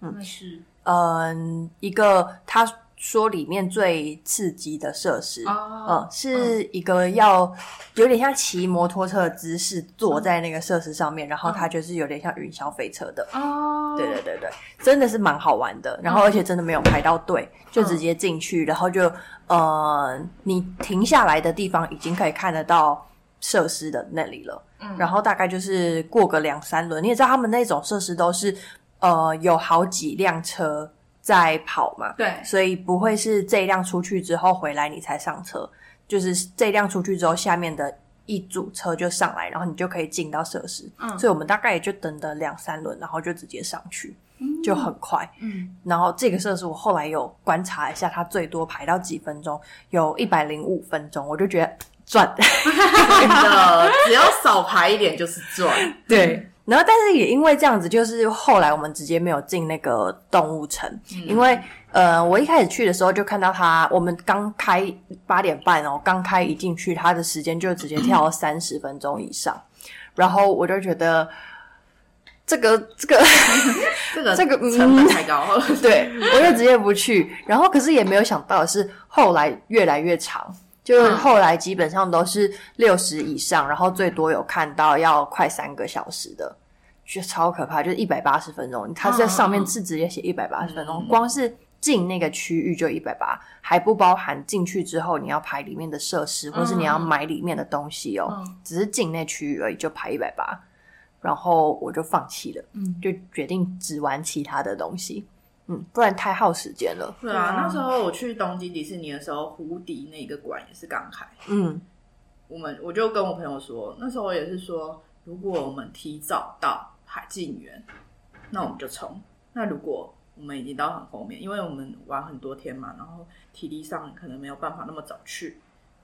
[SPEAKER 3] 嗯那是
[SPEAKER 1] 嗯，一个他说里面最刺激的设施，
[SPEAKER 3] 哦
[SPEAKER 1] 嗯，是一个要有点像骑摩托车的姿势坐在那个设施上面，然后它就是有点像云霄飞车的。
[SPEAKER 3] 哦，
[SPEAKER 1] 对对对对，真的是蛮好玩的，然后而且真的没有排到队，就
[SPEAKER 3] 嗯
[SPEAKER 1] 直接进去，然后就呃，你停下来的地方已经可以看得到设施的那里了。
[SPEAKER 3] 嗯
[SPEAKER 1] 然后大概就是过个两三轮，你也知道他们那种设施都是呃有好几辆车在跑嘛，
[SPEAKER 3] 对，
[SPEAKER 1] 所以不会是这一辆出去之后回来你才上车，就是这一辆出去之后，下面的一组车就上来，然后你就可以进到设施。
[SPEAKER 3] 嗯
[SPEAKER 1] 所以我们大概也就等了两三轮，然后就直接上去，
[SPEAKER 3] 嗯
[SPEAKER 1] 就很快。
[SPEAKER 3] 嗯
[SPEAKER 1] 然后这个设施我后来有观察一下，它最多排到几分钟，有一百零五分钟，我就觉得赚。
[SPEAKER 2] 真的，只要少排一点就是赚。
[SPEAKER 1] 对，然后但是也因为这样子，就是后来我们直接没有进那个动物城，
[SPEAKER 2] 嗯
[SPEAKER 1] 因为呃，我一开始去的时候就看到他，我们刚开八点半哦，刚开一进去，他的时间就直接跳到三十分钟以上，然后我就觉得这个这个。
[SPEAKER 2] 这个
[SPEAKER 1] 这个嗯
[SPEAKER 2] 成本太高了，
[SPEAKER 1] 对，我就直接不去。然后可是也没有想到的是，后来越来越长，就是
[SPEAKER 3] 嗯
[SPEAKER 1] 后来基本上都是六十以上，然后最多有看到要快三个小时的，就超可怕，就是一百八十分钟。它在上面是直接
[SPEAKER 3] 嗯
[SPEAKER 1] 写一百八十分钟，光是。进那个区域就一百八，还不包含进去之后你要排里面的设施，或是你要买里面的东西哦。
[SPEAKER 3] 嗯
[SPEAKER 1] 只是进那区域而已，就排一百八，然后我就放弃了，
[SPEAKER 3] 嗯
[SPEAKER 1] 就决定只玩其他的东西。嗯，不然太耗时间了。
[SPEAKER 2] 对啊，那时候我
[SPEAKER 3] 嗯
[SPEAKER 2] 去东京迪士尼的时候，胡迪那个馆也是刚开。
[SPEAKER 1] 嗯，
[SPEAKER 2] 我们我就跟我朋友说，那时候也是说，如果我们提早到海静园，那我们就冲；那如果我们已经到很后面，因为我们玩很多天嘛，然后体力上可能没有办法那么早去，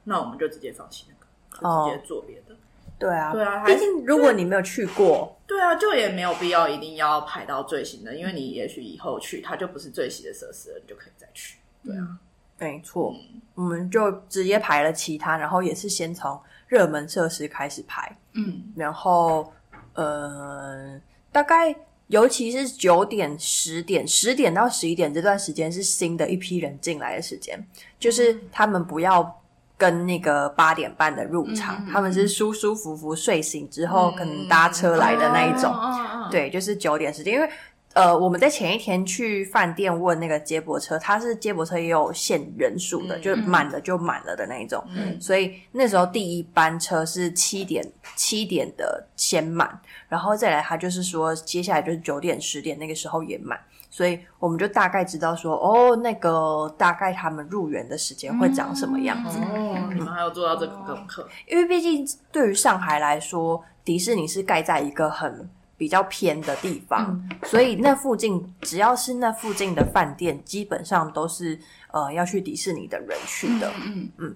[SPEAKER 2] 那我们就直接放弃那个，
[SPEAKER 1] 哦
[SPEAKER 2] 就直接做别的。
[SPEAKER 1] 对啊，
[SPEAKER 2] 对啊
[SPEAKER 1] 毕竟如果你没有去过，
[SPEAKER 2] 对啊，就也没有必要一定要排到最新的，因为你也许以后去它就不是最新的设施了，你就可以再去。对啊，
[SPEAKER 1] 没错，我们就直接排了其他，然后也是先从热门设施开始排，
[SPEAKER 3] 嗯，
[SPEAKER 1] 然后呃，大概尤其是九点、十点、十点到十一点这段时间是新的一批人进来的时间，就是
[SPEAKER 3] 嗯
[SPEAKER 1] 他们不要。跟那个八点半的入场，
[SPEAKER 3] 嗯嗯嗯
[SPEAKER 1] 他们是舒舒服服睡醒之后，
[SPEAKER 3] 嗯
[SPEAKER 1] 可能搭车来的那一种，
[SPEAKER 3] 哦哦哦
[SPEAKER 1] 对，就是九点时间，因为呃，我们在前一天去饭店问那个接驳车，它是接驳车也有限人数的，
[SPEAKER 2] 嗯
[SPEAKER 1] 就是满了就满了的那一种。
[SPEAKER 3] 嗯
[SPEAKER 1] 所以那时候第一班车是七点七点的先满，然后再来它就是说接下来就是九点十点那个时候也满，所以我们就大概知道说哦，那个大概他们入园的时间会长什么样子。
[SPEAKER 2] 哦，你们还有做到这个功课，
[SPEAKER 1] 因为毕竟对于上海来说，迪士尼是盖在一个很比较偏的地方，
[SPEAKER 3] 嗯
[SPEAKER 1] 所以那附近只要是那附近的饭店，基本上都是呃要去迪士尼的人去的。
[SPEAKER 3] 嗯嗯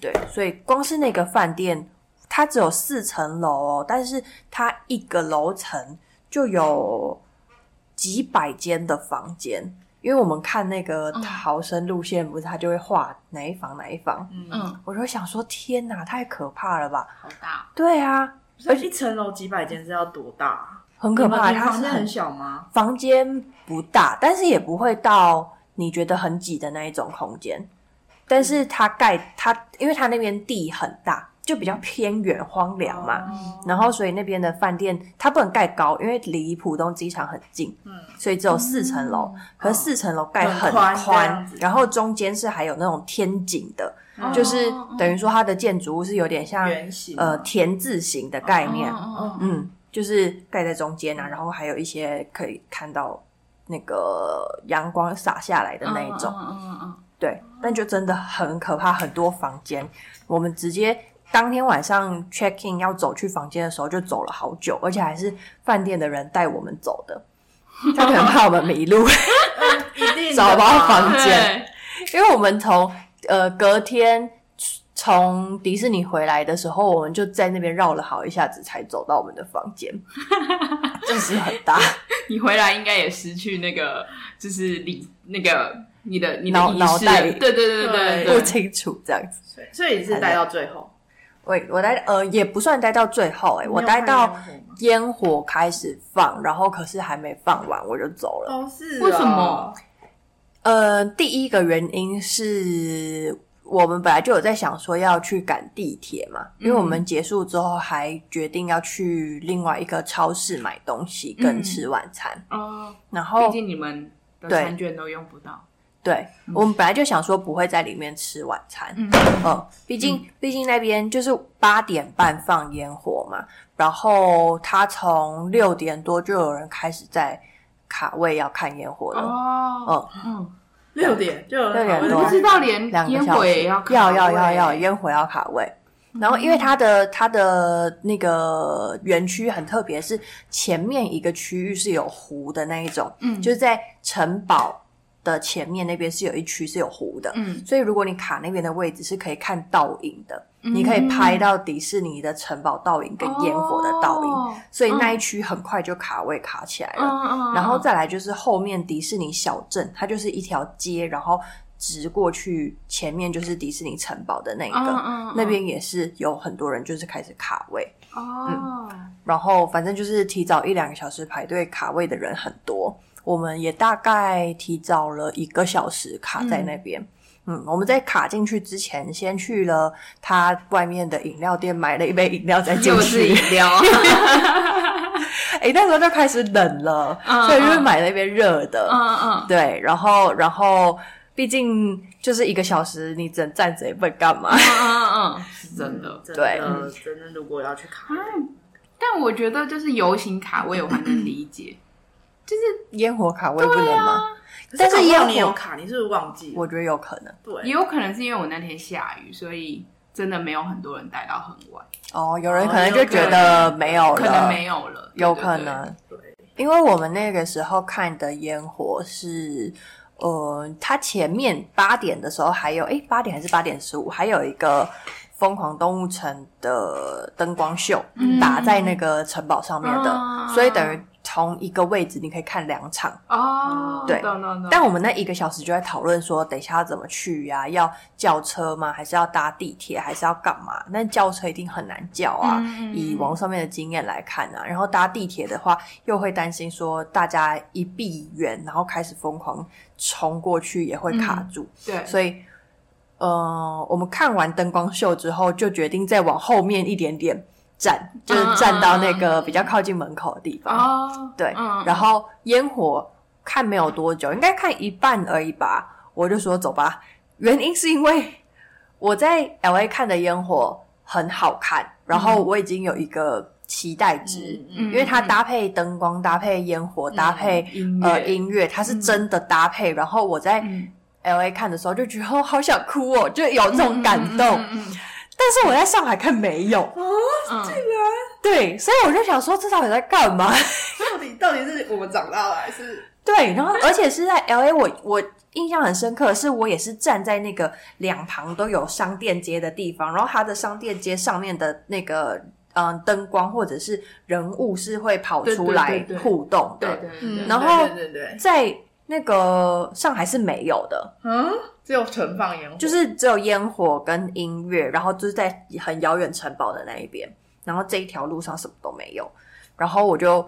[SPEAKER 1] 对，所以光是那个饭店，它只有四层楼哦，但是它一个楼层就有几百间的房间。因为我们看那个
[SPEAKER 3] 嗯
[SPEAKER 1] 逃生路线，不是它就会画哪一房哪一房，
[SPEAKER 2] 嗯，
[SPEAKER 3] 嗯，
[SPEAKER 1] 我就想说天哪，太可怕了吧！
[SPEAKER 3] 好
[SPEAKER 2] 哦
[SPEAKER 3] 大，
[SPEAKER 1] 对啊，
[SPEAKER 2] 而且一层楼几百间是要多大啊？
[SPEAKER 1] 很可怕。
[SPEAKER 2] 你们
[SPEAKER 1] 它
[SPEAKER 2] 房
[SPEAKER 1] 是
[SPEAKER 2] 间很
[SPEAKER 1] 很
[SPEAKER 2] 小吗？
[SPEAKER 1] 房间不大，但是也不会到你觉得很挤的那一种空间。但是它盖它，因为它那边地很大，就比较偏远荒凉嘛。
[SPEAKER 2] 哦
[SPEAKER 1] 然后，所以那边的饭店它不能盖高，因为离浦东机场很近，
[SPEAKER 2] 嗯，
[SPEAKER 1] 所以只有四层楼。可是四层楼盖很
[SPEAKER 2] 很宽这
[SPEAKER 1] 宽
[SPEAKER 2] 样子，
[SPEAKER 1] 然后中间是还有那种天井的，
[SPEAKER 2] 哦
[SPEAKER 1] 嗯就是
[SPEAKER 3] 哦
[SPEAKER 1] 等于说它的建筑物是有点像
[SPEAKER 2] 圆形
[SPEAKER 1] 呃
[SPEAKER 2] 嘛
[SPEAKER 1] 田字形的概念。
[SPEAKER 3] 哦哦哦
[SPEAKER 1] 嗯，就是盖在中间啊，然后还有一些可以看到那个阳光洒下来的那一种，
[SPEAKER 3] 嗯嗯嗯
[SPEAKER 1] 对，但就真的很可怕，很多房间，我们直接当天晚上 check in 要走去房间的时候就走了好久，而且还是饭店的人带我们走的，他可能怕我们迷路，
[SPEAKER 2] 一定的
[SPEAKER 1] 找不到房
[SPEAKER 3] 嗯
[SPEAKER 1] 间
[SPEAKER 3] 对
[SPEAKER 1] 因为我们从呃隔天。从迪士尼回来的时候，我们就在那边绕了好一下子，才走到我们的房间，真是很大。
[SPEAKER 3] 你回来应该也失去那个，就是理那个你的你的
[SPEAKER 1] 脑
[SPEAKER 3] 意识
[SPEAKER 1] 脑袋
[SPEAKER 3] 对对对
[SPEAKER 2] 对
[SPEAKER 3] 对
[SPEAKER 1] 不
[SPEAKER 3] 对，
[SPEAKER 1] 清楚这样子。
[SPEAKER 2] 所以所以你是待到最后，
[SPEAKER 1] 我我待呃也不算待到最后哎、我待到
[SPEAKER 2] 你有看烟火吗
[SPEAKER 1] 烟火开始放，然后可是还没放完我就走了。
[SPEAKER 2] 哦是哦
[SPEAKER 3] 为什么？
[SPEAKER 1] 呃，第一个原因是我们本来就有在想说要去赶地铁嘛，
[SPEAKER 3] 嗯
[SPEAKER 1] 因为我们结束之后还决定要去另外一个超市买东西跟
[SPEAKER 3] 嗯
[SPEAKER 1] 吃晚餐，
[SPEAKER 3] 哦，
[SPEAKER 1] 然后
[SPEAKER 3] 毕竟你们的
[SPEAKER 1] 对
[SPEAKER 3] 餐券都用不到，
[SPEAKER 1] 对、我们本来就想说不会在里面吃晚餐，
[SPEAKER 3] 嗯
[SPEAKER 1] 嗯，毕竟毕竟那边就是八点半放烟火嘛，然后他从六点多就有人开始在卡位要看烟火了。
[SPEAKER 3] 哦，嗯
[SPEAKER 2] 六点就有
[SPEAKER 1] 六
[SPEAKER 2] 人
[SPEAKER 1] 点
[SPEAKER 3] 嗯，
[SPEAKER 1] 多
[SPEAKER 3] 我不知道连
[SPEAKER 1] 两个
[SPEAKER 3] 烟
[SPEAKER 1] 小
[SPEAKER 3] 火
[SPEAKER 1] 时
[SPEAKER 3] 也要卡
[SPEAKER 1] 要要要
[SPEAKER 3] 位嗯
[SPEAKER 1] 要烟火要卡位。然后，因为它的它的那个园区很特别，是前面一个区域是有湖的那一种，
[SPEAKER 3] 嗯
[SPEAKER 1] 就是在城堡的前面那边是有一区是有湖的，
[SPEAKER 3] 嗯
[SPEAKER 1] 所以如果你卡那边的位置是可以看倒影的，
[SPEAKER 3] 嗯
[SPEAKER 1] 你可以拍到迪士尼的城堡倒影跟烟火的倒影，
[SPEAKER 3] 哦
[SPEAKER 1] 所以那一区很快就卡位卡起来了。
[SPEAKER 3] 嗯嗯，
[SPEAKER 1] 然后再来就是后面迪士尼小镇，它就是一条街，然后直过去前面就是迪士尼城堡的那一
[SPEAKER 3] 嗯
[SPEAKER 1] 个，
[SPEAKER 3] 嗯嗯
[SPEAKER 1] 那边也是有很多人就是开始卡位，
[SPEAKER 3] 哦，
[SPEAKER 1] 然后反正就是提早一两个小时排队卡位的人很多，我们也大概提早了一个小时卡在那边。嗯我们在卡进去之前，先去了他外面的饮料店买了一杯饮料再进
[SPEAKER 3] 又是
[SPEAKER 1] 去
[SPEAKER 3] 饮。 料，
[SPEAKER 1] 哎、那时候就开始冷了，
[SPEAKER 3] 嗯
[SPEAKER 1] 所以就是
[SPEAKER 3] 嗯
[SPEAKER 1] 买了一杯热的。
[SPEAKER 3] 嗯嗯，
[SPEAKER 1] 对，然后然后毕竟就是一个小时，你只能站着也不能干嘛。
[SPEAKER 3] 嗯嗯嗯，是真的。
[SPEAKER 2] 真
[SPEAKER 1] 对嗯
[SPEAKER 2] 的真的如果要去卡，
[SPEAKER 3] 但我觉得就是游行卡位我还能理解，
[SPEAKER 1] 烟火卡位不能吗？
[SPEAKER 2] 可
[SPEAKER 1] 但是
[SPEAKER 2] 搞不
[SPEAKER 1] 也
[SPEAKER 2] 好
[SPEAKER 1] 有
[SPEAKER 2] 你有
[SPEAKER 1] 火
[SPEAKER 2] 卡，你是不是忘记了？
[SPEAKER 1] 我觉得有可能
[SPEAKER 3] 也
[SPEAKER 2] 对，
[SPEAKER 3] 有可能是因为我那天下雨，所以真的没有很多人待到很晚，
[SPEAKER 1] 哦，有人
[SPEAKER 2] 哦
[SPEAKER 1] 可能
[SPEAKER 2] 有
[SPEAKER 1] 就
[SPEAKER 2] 可
[SPEAKER 1] 觉
[SPEAKER 2] 能
[SPEAKER 1] 得没有了，
[SPEAKER 3] 可能没有了，对啊
[SPEAKER 1] 有
[SPEAKER 3] 对
[SPEAKER 1] 可
[SPEAKER 3] 对
[SPEAKER 1] 能，
[SPEAKER 2] 对
[SPEAKER 1] 因为我们那个时候看的烟火是，呃，它前面八点的时候还有，诶，八点还是八点十五，还有一个疯狂动物城的灯光秀，
[SPEAKER 3] 嗯
[SPEAKER 1] 打在那个城堡上面的，
[SPEAKER 3] 啊
[SPEAKER 1] 所以等于同一个位置你可以看两场。
[SPEAKER 3] 哦，
[SPEAKER 1] 对
[SPEAKER 3] 懂懂懂。
[SPEAKER 1] 但我们那一个小时就在讨论说，等一下要怎么去呀、要叫车吗？还是要搭地铁？还是要干嘛？那叫车一定很难叫啊。
[SPEAKER 3] 嗯嗯嗯
[SPEAKER 1] 以网上面的经验来看啊，然后搭地铁的话，又会担心说大家一闭眼，然后开始疯狂冲过去，也会卡住。
[SPEAKER 3] 嗯对，
[SPEAKER 1] 所以，呃，我们看完灯光秀之后，就决定再往后面一点点站，就是
[SPEAKER 3] 嗯
[SPEAKER 1] 站到那个比较靠近门口的地方。
[SPEAKER 3] 哦，
[SPEAKER 1] 对，
[SPEAKER 3] 嗯，
[SPEAKER 1] 然后烟火看没有多久，应该看一半而已吧。我就说走吧，原因是因为我在 L A 看的烟火很好看，然
[SPEAKER 3] 嗯
[SPEAKER 1] 后我已经有一个期待值，
[SPEAKER 2] 嗯
[SPEAKER 1] 因为它搭配灯光、搭配烟火、搭配、
[SPEAKER 3] 嗯音乐嗯
[SPEAKER 1] 呃音乐，它是真的搭配。然后我在 L A 看的时候就觉得哦，好想哭哦，就有这种感动。
[SPEAKER 3] 嗯嗯
[SPEAKER 1] 但是我在上海看没有，
[SPEAKER 3] 嗯嗯
[SPEAKER 1] 对，所以我就想说这到底在干嘛？
[SPEAKER 2] 到底到底是我们长大了还是？
[SPEAKER 1] 对，然后而且是在 L A，我我印象很深刻，是我也是站在那个两旁都有商店街的地方，然后它的商店街上面的那个嗯灯光或者是人物是会跑出
[SPEAKER 3] 对
[SPEAKER 1] 来
[SPEAKER 3] 对对对
[SPEAKER 1] 互动的，
[SPEAKER 3] 对对对，
[SPEAKER 1] 然后
[SPEAKER 2] 嗯对对对对，
[SPEAKER 1] 在那个上海是没有的，
[SPEAKER 2] 嗯，只有存放烟火，
[SPEAKER 1] 就是只有烟火跟音乐，然后就是在很遥远城堡的那一边，然后这一条路上什么都没有，然后我就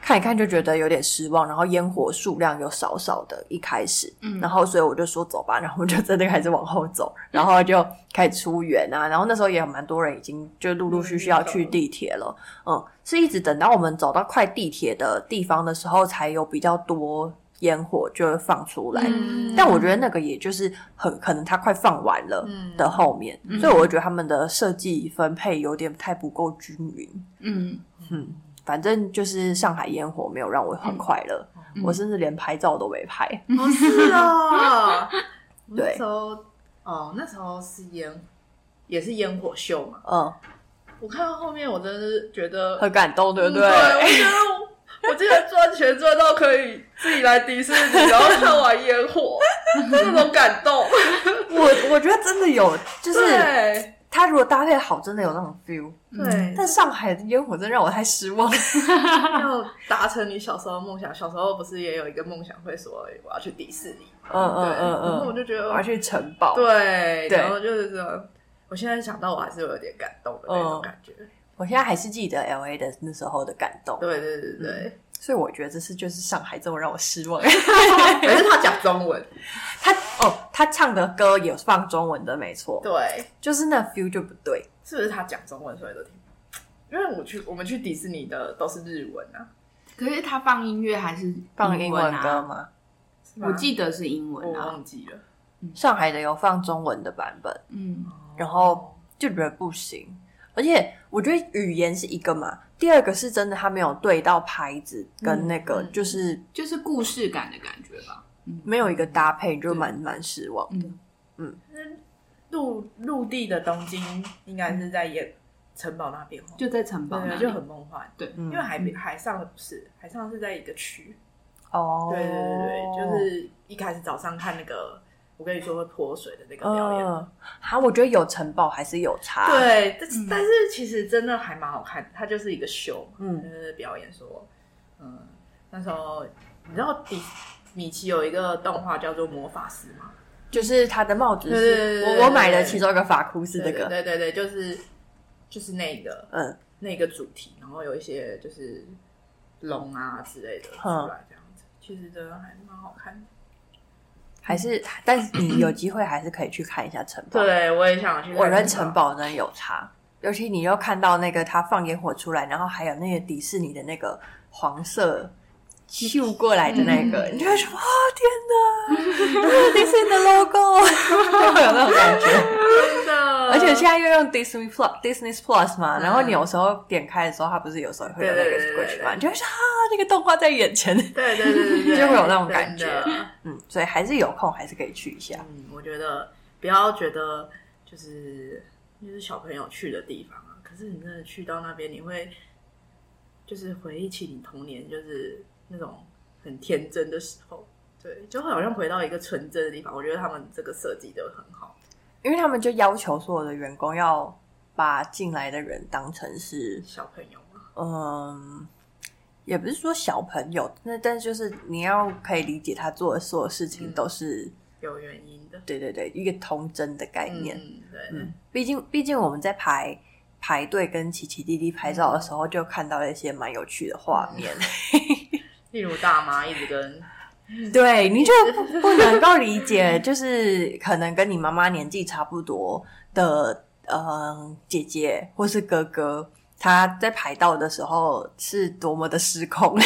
[SPEAKER 1] 看一看就觉得有点失望，然后烟火数量又少少的，一开始，
[SPEAKER 3] 嗯
[SPEAKER 1] 然后所以我就说走吧，然后我就真的开始往后走，然后就开始出园啊，然后那时候也有蛮多人已经就陆陆续续要去地铁了，嗯，是一直等到我们走到快地铁的地方的时候，才有比较多烟火就会放出来，
[SPEAKER 3] 嗯
[SPEAKER 1] 但我觉得那个也就是很可能它快放完了
[SPEAKER 2] 嗯
[SPEAKER 1] 的后面，所以我会觉得他们的设计分配有点太不够均匀。
[SPEAKER 3] 嗯，
[SPEAKER 1] 反正就是上海烟火没有让我很快乐，
[SPEAKER 3] 嗯
[SPEAKER 1] 我甚至连拍照都没拍。
[SPEAKER 2] 哦是 啊，
[SPEAKER 1] 哦对
[SPEAKER 2] 那时候哦，那时候是烟，也是烟火秀嘛。
[SPEAKER 1] 嗯，
[SPEAKER 2] 我看到后面，我真的是觉得
[SPEAKER 1] 很感动，对不对？
[SPEAKER 2] 嗯我觉得我。我竟然赚钱赚到可以自己来迪士 尼，然后看完烟火，这种感动，
[SPEAKER 1] 我我觉得真的有，就是嗯
[SPEAKER 2] 对
[SPEAKER 1] 它如果搭配好，真的有那种 feel。
[SPEAKER 2] 对，
[SPEAKER 1] 但上海的烟火真让我太失望了。
[SPEAKER 2] 要达成你小时候的梦想。小时候不是也有一个梦想，会说哎我要去迪士尼，
[SPEAKER 1] 嗯
[SPEAKER 2] 对，
[SPEAKER 1] 嗯
[SPEAKER 2] 然后我
[SPEAKER 1] 嗯嗯，
[SPEAKER 2] 就觉得
[SPEAKER 1] 我要去城堡。
[SPEAKER 2] 对，
[SPEAKER 1] 对
[SPEAKER 2] 然后就是说，我现在想到我还是有点感动的那种
[SPEAKER 1] 嗯
[SPEAKER 2] 感觉。
[SPEAKER 3] 哦
[SPEAKER 1] 我现在还是记得 L A 的那时候的感动，
[SPEAKER 2] 对对对对，
[SPEAKER 1] 所以我觉得这是就是上海这么让我失望。
[SPEAKER 3] 嗯
[SPEAKER 2] 可是他讲中 文，
[SPEAKER 1] 他哦，他唱的歌有放中文的，没错，
[SPEAKER 2] 对，
[SPEAKER 1] 就是那 feel 就不对。
[SPEAKER 2] 是不是他讲中文所以都听不懂？因为我去我们去迪士尼的都是日文啊，
[SPEAKER 3] 可是他放音乐还是
[SPEAKER 1] 放英文哦歌
[SPEAKER 3] 啊？
[SPEAKER 1] 吗？
[SPEAKER 2] 是吗
[SPEAKER 3] 我记得是英
[SPEAKER 2] 我
[SPEAKER 3] 文啊，
[SPEAKER 2] 忘记了，
[SPEAKER 1] 上海的有放中文的版本，
[SPEAKER 3] 嗯，
[SPEAKER 1] 然后就觉得不行。而且我觉得语言是一个嘛，第二个是真的他没有对到拍子跟那个，
[SPEAKER 2] 嗯嗯
[SPEAKER 1] 就是
[SPEAKER 3] 就是故事感的感觉吧。
[SPEAKER 1] 没有一个搭配，就蛮蛮失望。
[SPEAKER 3] 嗯，
[SPEAKER 2] 陆陆地的东京应该是在演城堡那边哦，
[SPEAKER 3] 就在城堡那
[SPEAKER 2] 对，
[SPEAKER 3] 里，
[SPEAKER 2] 就很梦幻。
[SPEAKER 3] 对，
[SPEAKER 1] 嗯
[SPEAKER 2] 因为海边海上的不是，海上是在一个区，
[SPEAKER 1] 哦，
[SPEAKER 2] 对对对对，就是一开始早上看那个，我跟你说会泼水的那个表演，
[SPEAKER 1] 嗯，好，我觉得有城堡还是有差。，
[SPEAKER 2] 对，但
[SPEAKER 3] 嗯
[SPEAKER 2] 是但是其实真的还蛮好看的，它就是一个秀嘛，
[SPEAKER 1] 嗯
[SPEAKER 2] 就是表演说，嗯，那时候你知道迪米奇有一个动画叫做《魔法师》吗？
[SPEAKER 1] 就是他的帽子
[SPEAKER 2] 对对对
[SPEAKER 1] 是，
[SPEAKER 2] 对
[SPEAKER 1] 我我买的其中一个法库是这
[SPEAKER 2] 对
[SPEAKER 1] 个，
[SPEAKER 2] 对对对，就是就是那个
[SPEAKER 1] 嗯，
[SPEAKER 2] 那个主题，然后有一些就是龙啊之类的出
[SPEAKER 1] 嗯
[SPEAKER 2] 来这样子，其实真的还蛮好看的。
[SPEAKER 1] 还是，但是你有机会还是可以去看一下城堡。
[SPEAKER 2] 对，我也想去看看。
[SPEAKER 1] 我觉得城堡真的有差，尤其你又看到那个他放烟火出来，然后还有那个迪士尼的那个黄色秀过来的那个，
[SPEAKER 2] 嗯
[SPEAKER 1] 你就会说哦哇 天哪，这是迪士尼的 logo，会有那种感觉。
[SPEAKER 2] 真的，
[SPEAKER 1] 而且且现在又用 Disney Plus Disney Plus 嘛，然后你有时候点开的时候，它不是有时候会有那
[SPEAKER 2] 嗯对对
[SPEAKER 1] 个
[SPEAKER 2] 对对
[SPEAKER 1] 过去嘛，
[SPEAKER 2] 对
[SPEAKER 1] 你就会说啊，那个动画在眼前，
[SPEAKER 2] 对对对对 对，
[SPEAKER 1] 就会有那种感
[SPEAKER 2] 真的
[SPEAKER 1] 嗯，所以还是有空还是可以去一下。
[SPEAKER 2] 嗯，我觉得不要觉得就是就是小朋友去的地方啊，可是你真的去到那边，你会就是回忆起你童年就是那种很天真的时候，对，就好像回到一个纯真的地方。我觉得他们这个设计的很好，
[SPEAKER 1] 因为他们就要求所有的员工要把进来的人当成是，
[SPEAKER 2] 小朋友嘛，
[SPEAKER 1] 嗯，也不是说小朋友，那但就是你要可以理解他做的所有事情
[SPEAKER 2] 嗯
[SPEAKER 1] 都是，
[SPEAKER 2] 有原因的
[SPEAKER 1] 对对对，一个童真的概念。
[SPEAKER 2] 嗯，对，
[SPEAKER 1] 嗯，毕竟毕竟我们在排排队跟奇奇弟弟拍照的时候，就看到了一些蛮有趣的画面。
[SPEAKER 2] 例如大妈一直跟
[SPEAKER 1] 对，你就 不不能够理解，就是可能跟你妈妈年纪差不多的，嗯，姐姐或是哥哥，他在排到的时候是多么的失控。 你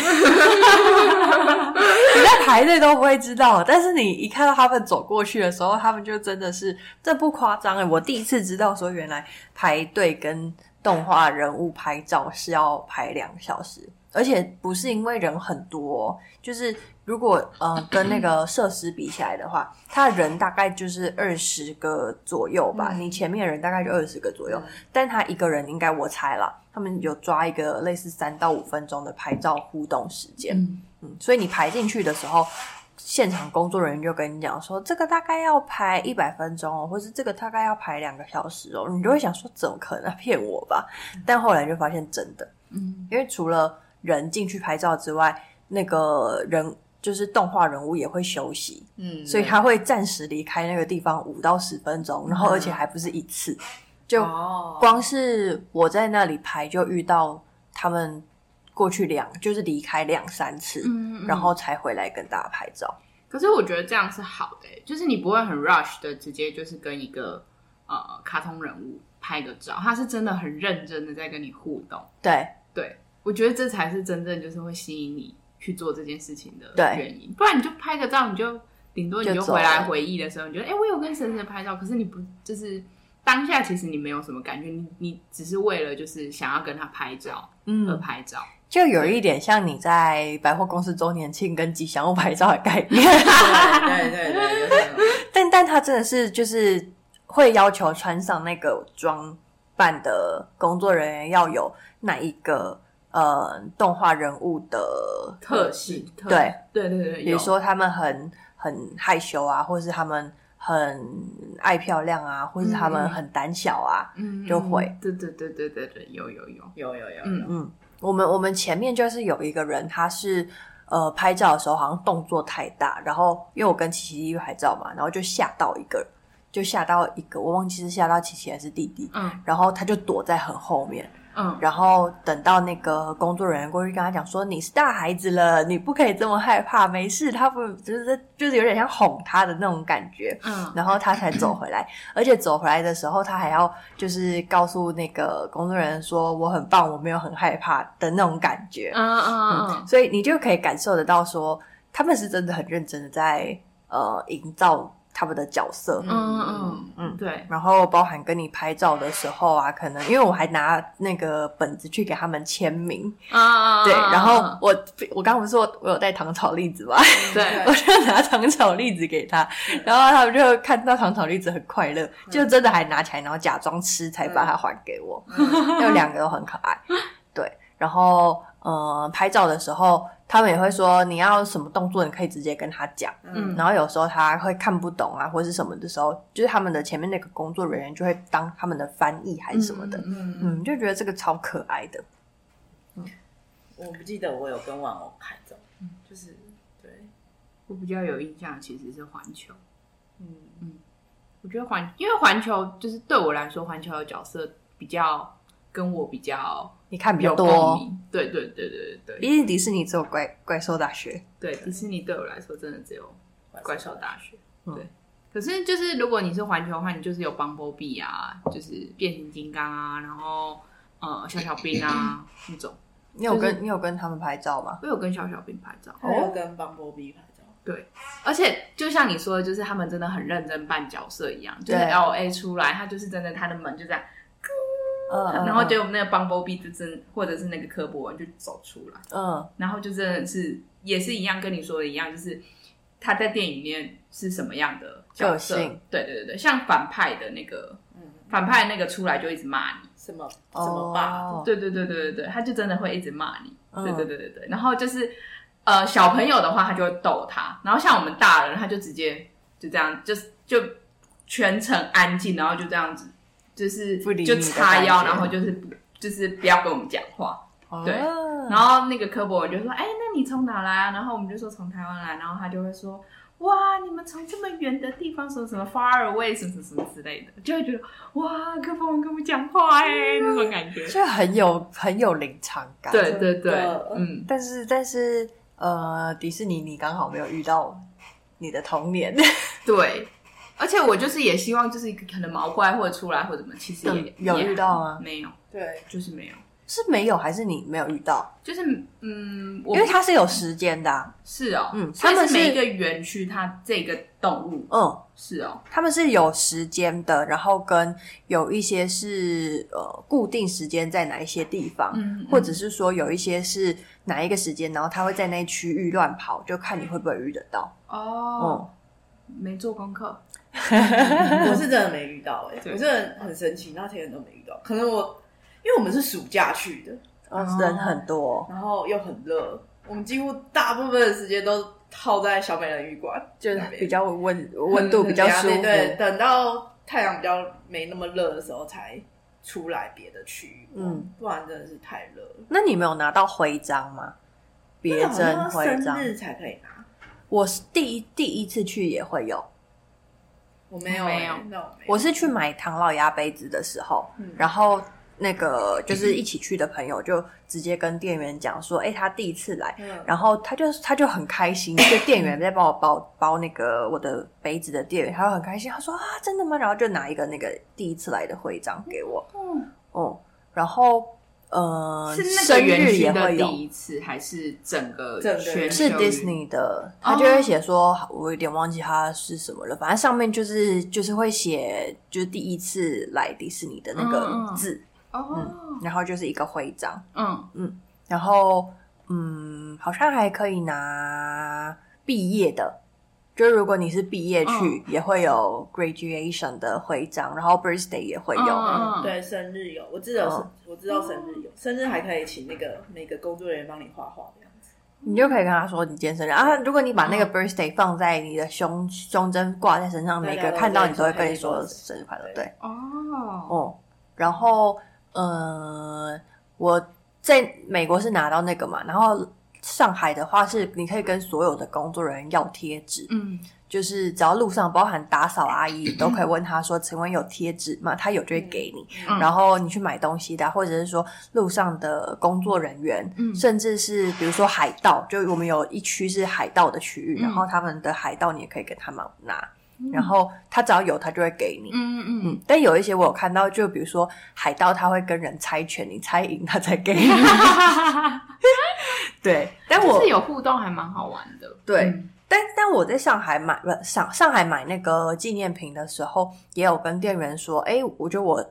[SPEAKER 1] 在排队都不会知道，但是你一看到他们走过去的时候，他们就真的是这不夸张哎！我第一次知道说，原来排队跟动画人物拍照是要排两个小时，而且不是因为人很多哦、就是如果呃跟那个设施比起来的话，他人大概就是二十个左右
[SPEAKER 3] 嗯
[SPEAKER 1] 吧，你前面的人大概就二十个左右，但他一个人应该我猜啦，他们有抓一个类似三到五分钟的拍照互动时间，
[SPEAKER 3] 嗯，
[SPEAKER 1] 嗯，所以你排进去的时候，现场工作人员就跟你讲说，这个大概要排一百分钟哦，或是这个大概要排两个小时哦，你就会想说，怎么可能骗我吧？但后来就发现真的，
[SPEAKER 3] 嗯，
[SPEAKER 1] 因为除了人进去拍照之外，那个人就是动画人物也会休息，
[SPEAKER 2] 嗯，
[SPEAKER 1] 所以他会暂时离开那个地方五到十分钟，然后而且还不是一次，就
[SPEAKER 2] 哦，
[SPEAKER 1] 光是我在那里拍就遇到他们过去两就是离开两三次，
[SPEAKER 3] 嗯嗯
[SPEAKER 1] 然后才回来跟大家拍照。
[SPEAKER 3] 可是我觉得这样是好的欸、就是你不会很 rush 的直接就是跟一个呃卡通人物拍个照，他是真的很认真的在跟你互动。
[SPEAKER 1] 对，
[SPEAKER 3] 对，我觉得这才是真正就是会吸引你去做这件事情的
[SPEAKER 1] 对
[SPEAKER 3] 原因。不然你就拍个照，你就顶多你
[SPEAKER 1] 就
[SPEAKER 3] 就
[SPEAKER 1] 走
[SPEAKER 3] 回来
[SPEAKER 1] 了
[SPEAKER 3] 回忆的时候，你觉得哎、诶我有跟神神拍照，可是你不就是当下其实你没有什么感觉，你你只是为了就是想要跟他拍照而
[SPEAKER 1] 嗯，
[SPEAKER 3] 拍照。
[SPEAKER 1] 就有一点像你在百货公司周年庆跟吉祥物拍照的概念，
[SPEAKER 2] 对对对对，就是那种
[SPEAKER 1] 但但他真的是就是会要求穿上那个装扮的工作人员要有那一个呃动画人物的
[SPEAKER 3] 特性，特
[SPEAKER 1] 对
[SPEAKER 3] 对对对，
[SPEAKER 1] 比如
[SPEAKER 3] 有
[SPEAKER 1] 说他们很很害羞啊，或是他们很爱漂亮啊，或是他们很胆小啊。
[SPEAKER 3] 嗯
[SPEAKER 1] 就会，
[SPEAKER 3] 对对对对对对，有有有，
[SPEAKER 2] 有有有，
[SPEAKER 3] 嗯
[SPEAKER 2] 嗯，
[SPEAKER 1] 嗯，我们我们前面就是有一个人，他是呃拍照的时候好像动作太大，然后因为我跟琪琪弟弟拍照嘛，然后就吓到一个，就吓到一个，我忘记是吓到琪琪还是弟弟，
[SPEAKER 3] 嗯
[SPEAKER 1] 然后他就躲在很后面，
[SPEAKER 3] 嗯，
[SPEAKER 1] 然后等到那个工作人员过去跟他讲说：“你是大孩子了，你不可以这么害怕，没事。”他不就是就是有点像哄他的那种感觉，
[SPEAKER 3] 嗯
[SPEAKER 1] 然后他才走回来。而且走回来的时候，他还要就是告诉那个工作人员说：“我很棒，我没有很害怕的那种感觉。
[SPEAKER 3] 嗯嗯嗯，
[SPEAKER 1] 所以你就可以感受得到说，他们是真的很认真的在呃营造他们的角色。
[SPEAKER 3] 嗯嗯
[SPEAKER 1] 嗯
[SPEAKER 3] 嗯，对，
[SPEAKER 1] 然后包含跟你拍照的时候啊，可能因为我还拿那个本子去给他们签名，
[SPEAKER 3] 啊
[SPEAKER 1] 对，然后我我刚刚不是说我有带糖炒栗子吗？
[SPEAKER 3] 对，
[SPEAKER 1] 我就拿糖炒栗子给他，然后他们就看到糖炒栗子很快乐，
[SPEAKER 3] 嗯
[SPEAKER 1] 就真的还拿起来，然后假装吃，才把它还给我。
[SPEAKER 3] 嗯
[SPEAKER 1] 就两个都很可 爱，对。然后呃，拍照的时候他们也会说你要什么动作，你可以直接跟他讲。
[SPEAKER 3] 嗯
[SPEAKER 1] 然后有时候他会看不懂啊，或是什么的时候，就是他们的前面那个工作人员就会当他们的翻译还是什么的，
[SPEAKER 3] 嗯嗯嗯
[SPEAKER 1] 嗯，就觉得这个超可爱的。
[SPEAKER 2] 我不记得我有跟网红拍照，就是对，
[SPEAKER 3] 我比较有印象其实是环球，
[SPEAKER 2] 嗯。
[SPEAKER 3] 我觉得环，因为环球就是对我来说，环球的角色比较跟我比较
[SPEAKER 1] 你看比较
[SPEAKER 3] 有共
[SPEAKER 1] 多，
[SPEAKER 3] 鸣。对对对对对
[SPEAKER 1] 毕
[SPEAKER 3] 对
[SPEAKER 1] 竟迪士尼只有怪怪兽大学，
[SPEAKER 3] 对，迪士尼对我来说真的只有怪兽大学。
[SPEAKER 1] 嗯
[SPEAKER 3] 对，可是就是如果你是环球的话，你就是有 Bumblebee 啊，就是变形金刚啊，然后呃小小兵啊那种。
[SPEAKER 1] 你有
[SPEAKER 3] 就是
[SPEAKER 1] 跟你有跟他们拍照吗？
[SPEAKER 2] 哦
[SPEAKER 3] 我有跟小小兵拍照，
[SPEAKER 2] 我有跟邦波比拍照，
[SPEAKER 3] 对，而且就像你说的，就是他们真的很认真扮角色一样，就是
[SPEAKER 1] 对
[SPEAKER 3] L A 出来，他就是真的他的门就这样，
[SPEAKER 1] 嗯，
[SPEAKER 3] 然后结果那个 Bumblebee 就真或者是那个科博文就走出来，
[SPEAKER 1] 嗯
[SPEAKER 3] 然后就真的是也是一样跟你说的一样，就是他在电影里面是什么样的角色
[SPEAKER 1] 个性，
[SPEAKER 3] 对对对对，像反派的那个
[SPEAKER 2] 嗯，
[SPEAKER 3] 反派那个出来就一直骂你，
[SPEAKER 2] 什么
[SPEAKER 3] 嗯
[SPEAKER 2] 什
[SPEAKER 1] 哦
[SPEAKER 2] 么吧？
[SPEAKER 3] 对对对对对对，他就真的会一直骂你，
[SPEAKER 1] 嗯
[SPEAKER 3] 对对对对对，然后就是呃小朋友的话，他就会逗他，然后像我们大人，他就直接就这样，就是就全程安静，然后就这样子，就是
[SPEAKER 1] 不理你
[SPEAKER 3] 就
[SPEAKER 1] 的
[SPEAKER 3] 叉
[SPEAKER 1] 感
[SPEAKER 3] 腰，
[SPEAKER 1] 觉
[SPEAKER 3] 然后就是不就是不要跟我们讲话，对
[SPEAKER 1] 哦
[SPEAKER 3] 然后那个柯博文就说：“哎，那你从哪来啊？”然后我们就说从台湾来，然后他就会说：“哇，你们从这么远的地方，什么什么 far away，什么什么什么之类的，就会觉得哇，柯博文跟我们讲话哎、那种感觉。”
[SPEAKER 1] 就很有很有临场感。
[SPEAKER 3] 对对对
[SPEAKER 2] 真的，
[SPEAKER 3] 嗯，
[SPEAKER 1] 但是但是呃，迪士尼你刚好没有遇到你的童年，
[SPEAKER 3] 对。而且我就是也希望，就是一个可能毛怪会出来或怎么，其实也
[SPEAKER 1] 有有
[SPEAKER 3] 也
[SPEAKER 1] 遇到吗
[SPEAKER 3] 没有，
[SPEAKER 2] 对，
[SPEAKER 3] 就是没有，
[SPEAKER 1] 是没有还是你没有遇到？
[SPEAKER 3] 就是嗯，我
[SPEAKER 1] 因为它是有时间的啊、
[SPEAKER 3] 是哦，
[SPEAKER 1] 嗯
[SPEAKER 3] 所以
[SPEAKER 1] 他们
[SPEAKER 3] 是每
[SPEAKER 1] 是
[SPEAKER 3] 一个园区它这个动物
[SPEAKER 1] 嗯，
[SPEAKER 3] 是哦，
[SPEAKER 1] 他们是有时间的，然后跟有一些是呃固定时间在哪一些地方。
[SPEAKER 3] 嗯
[SPEAKER 1] 或者是说有一些是哪一个时间，然后它会在那区域乱跑，就看你会不会遇得到。嗯
[SPEAKER 3] 哦，没做功课，
[SPEAKER 2] 我是真 的没遇到哎、
[SPEAKER 3] 对
[SPEAKER 2] 我真的很神奇，那天都没遇到。可能我因为我们是暑假去的，
[SPEAKER 1] 嗯，人很多，
[SPEAKER 2] 然后又很热，我们几乎大部分的时间都泡在小美人鱼馆，
[SPEAKER 1] 就是
[SPEAKER 2] 那边啊
[SPEAKER 1] 比较温温度比较舒服。
[SPEAKER 2] 对，等到太阳比较没那么热的时候才出来别的区域，
[SPEAKER 1] 嗯
[SPEAKER 2] 嗯，不然真的是太热了。
[SPEAKER 1] 那你没有拿到徽章吗？别针
[SPEAKER 2] 好
[SPEAKER 1] 徽
[SPEAKER 2] 像
[SPEAKER 1] 章
[SPEAKER 2] 生，日才可以拿，
[SPEAKER 1] 我是第一第一次去也会有，
[SPEAKER 2] 我没有、
[SPEAKER 3] 我
[SPEAKER 2] 欸，
[SPEAKER 3] 没有
[SPEAKER 2] 那我没有，
[SPEAKER 1] 我是去买唐老鸭杯子的时候，
[SPEAKER 2] 嗯
[SPEAKER 1] 然后那个就是一起去的朋友就直接跟店员讲说，哎、他第一次来。
[SPEAKER 2] 嗯，
[SPEAKER 1] 然后他就他就很开心，就店员在帮我包包那个我的杯子的店员，他就很开心，他说啊真的吗？然后就拿一个那个第一次来的徽章给我，
[SPEAKER 3] 嗯，
[SPEAKER 1] 哦、然后呃，
[SPEAKER 3] 是那
[SPEAKER 1] 生
[SPEAKER 3] 个园
[SPEAKER 1] 日
[SPEAKER 3] 区
[SPEAKER 1] 也
[SPEAKER 3] 的
[SPEAKER 1] 会有，
[SPEAKER 3] 第一次，还是整个
[SPEAKER 2] 整个
[SPEAKER 3] 全
[SPEAKER 1] 是嗯
[SPEAKER 3] 球
[SPEAKER 1] Disney 的，他就会写说，我有点忘记它是什么了，反正上面就是就是会写就是第一次来迪士尼的那
[SPEAKER 3] 嗯
[SPEAKER 1] 个
[SPEAKER 3] 嗯
[SPEAKER 1] 字，
[SPEAKER 3] 哦，
[SPEAKER 1] 然后就是一个徽章，
[SPEAKER 3] 嗯，
[SPEAKER 1] 然后嗯，好像还可以拿毕业的。就是如果你是毕业
[SPEAKER 2] 嗯
[SPEAKER 1] 去，也会有 graduation 的徽章，然后 birthday 也会有。
[SPEAKER 3] 嗯
[SPEAKER 2] 嗯，对，生日有，我知道生，
[SPEAKER 1] 嗯
[SPEAKER 2] 我知道生日有，生日还可以请那个每个工作人员帮你画画这样子。
[SPEAKER 1] 你就可以跟他说你今天生日啊。如果你把那个 birthday 放在你的胸胸针挂在身上，
[SPEAKER 2] 嗯对
[SPEAKER 1] 每
[SPEAKER 2] 对
[SPEAKER 1] 个
[SPEAKER 2] 对
[SPEAKER 1] 看到你
[SPEAKER 2] 对
[SPEAKER 1] 都会
[SPEAKER 2] 对
[SPEAKER 1] 跟
[SPEAKER 2] 对
[SPEAKER 1] 你说
[SPEAKER 2] 对
[SPEAKER 1] 生日快乐。
[SPEAKER 2] 对
[SPEAKER 1] 对，
[SPEAKER 3] 哦，
[SPEAKER 1] 哦，然后呃，我在美国是拿到那个嘛，然后上海的话是你可以跟所有的工作人员要贴纸，
[SPEAKER 3] 嗯，
[SPEAKER 1] 就是只要路上包含打扫阿姨，都可以问他说：“请问有贴纸吗？”他有就会给你。
[SPEAKER 3] 嗯
[SPEAKER 1] 然后你去买东西的啊，或者是说路上的工作人员，
[SPEAKER 3] 嗯
[SPEAKER 1] 甚至是比如说海盗，就我们有一区是海盗的区域，
[SPEAKER 3] 嗯
[SPEAKER 1] 然后他们的海盗你也可以给他们拿，然后他只要有他就会给你。
[SPEAKER 3] 嗯嗯嗯，
[SPEAKER 1] 嗯，但有一些我有看到，就比如说海盗他会跟人猜拳，你猜赢他才 给你。对，但
[SPEAKER 3] 就
[SPEAKER 1] 我
[SPEAKER 3] 是有互动，还蛮好玩的。
[SPEAKER 1] 对
[SPEAKER 3] 嗯
[SPEAKER 1] 但但我在上海买不上上海买那个纪念品的时候，也有跟店员说，哎，我觉得我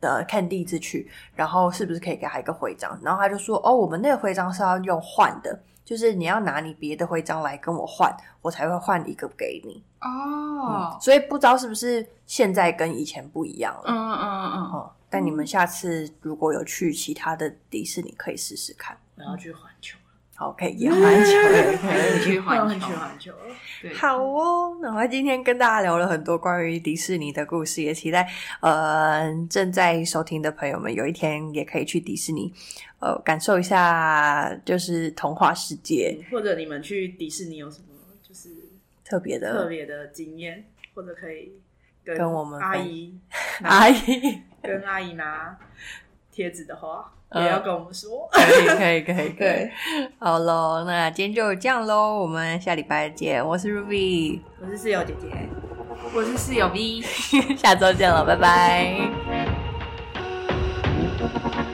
[SPEAKER 1] 的看第一次去，然后是不是可以给他一个徽章？然后他就说，哦，我们那个徽章是要用换的，就是你要拿你别的徽章来跟我换，我才会换一个给你。嗯
[SPEAKER 3] 哦，
[SPEAKER 1] 所以不知道是不是现在跟以前不一样了。
[SPEAKER 3] 嗯嗯嗯嗯，
[SPEAKER 1] 哦，但你们下次如果有去其他的迪士尼，可以试试看。
[SPEAKER 2] 然后去环球，
[SPEAKER 1] 好，可以也蛮巧的。
[SPEAKER 3] 园
[SPEAKER 1] 嗯
[SPEAKER 3] 区
[SPEAKER 2] 然后
[SPEAKER 3] 环
[SPEAKER 2] 去
[SPEAKER 3] 球，
[SPEAKER 2] 环球了。
[SPEAKER 3] 对，
[SPEAKER 1] 好哦，那我今天跟大家聊了很多关于迪士尼的故事，也期待呃正在收听的朋友们有一天也可以去迪士尼，呃，感受一下就是童话世界
[SPEAKER 2] 或者你们去迪士尼有什么就是
[SPEAKER 1] 特别
[SPEAKER 2] 特
[SPEAKER 1] 的
[SPEAKER 2] 别的经验，或者可以跟
[SPEAKER 1] 呃跟我们分
[SPEAKER 2] 阿姨拿
[SPEAKER 1] 阿姨。
[SPEAKER 2] 跟阿姨拿贴纸的话，
[SPEAKER 1] 嗯
[SPEAKER 2] 也要跟我们说。
[SPEAKER 1] 可以可以可以可以，，好喽，那今天就这样喽，我们下礼拜见。我是 Ruby，
[SPEAKER 2] 我是室友姐姐。
[SPEAKER 3] 我是室友 V。
[SPEAKER 1] 下周见了，拜拜。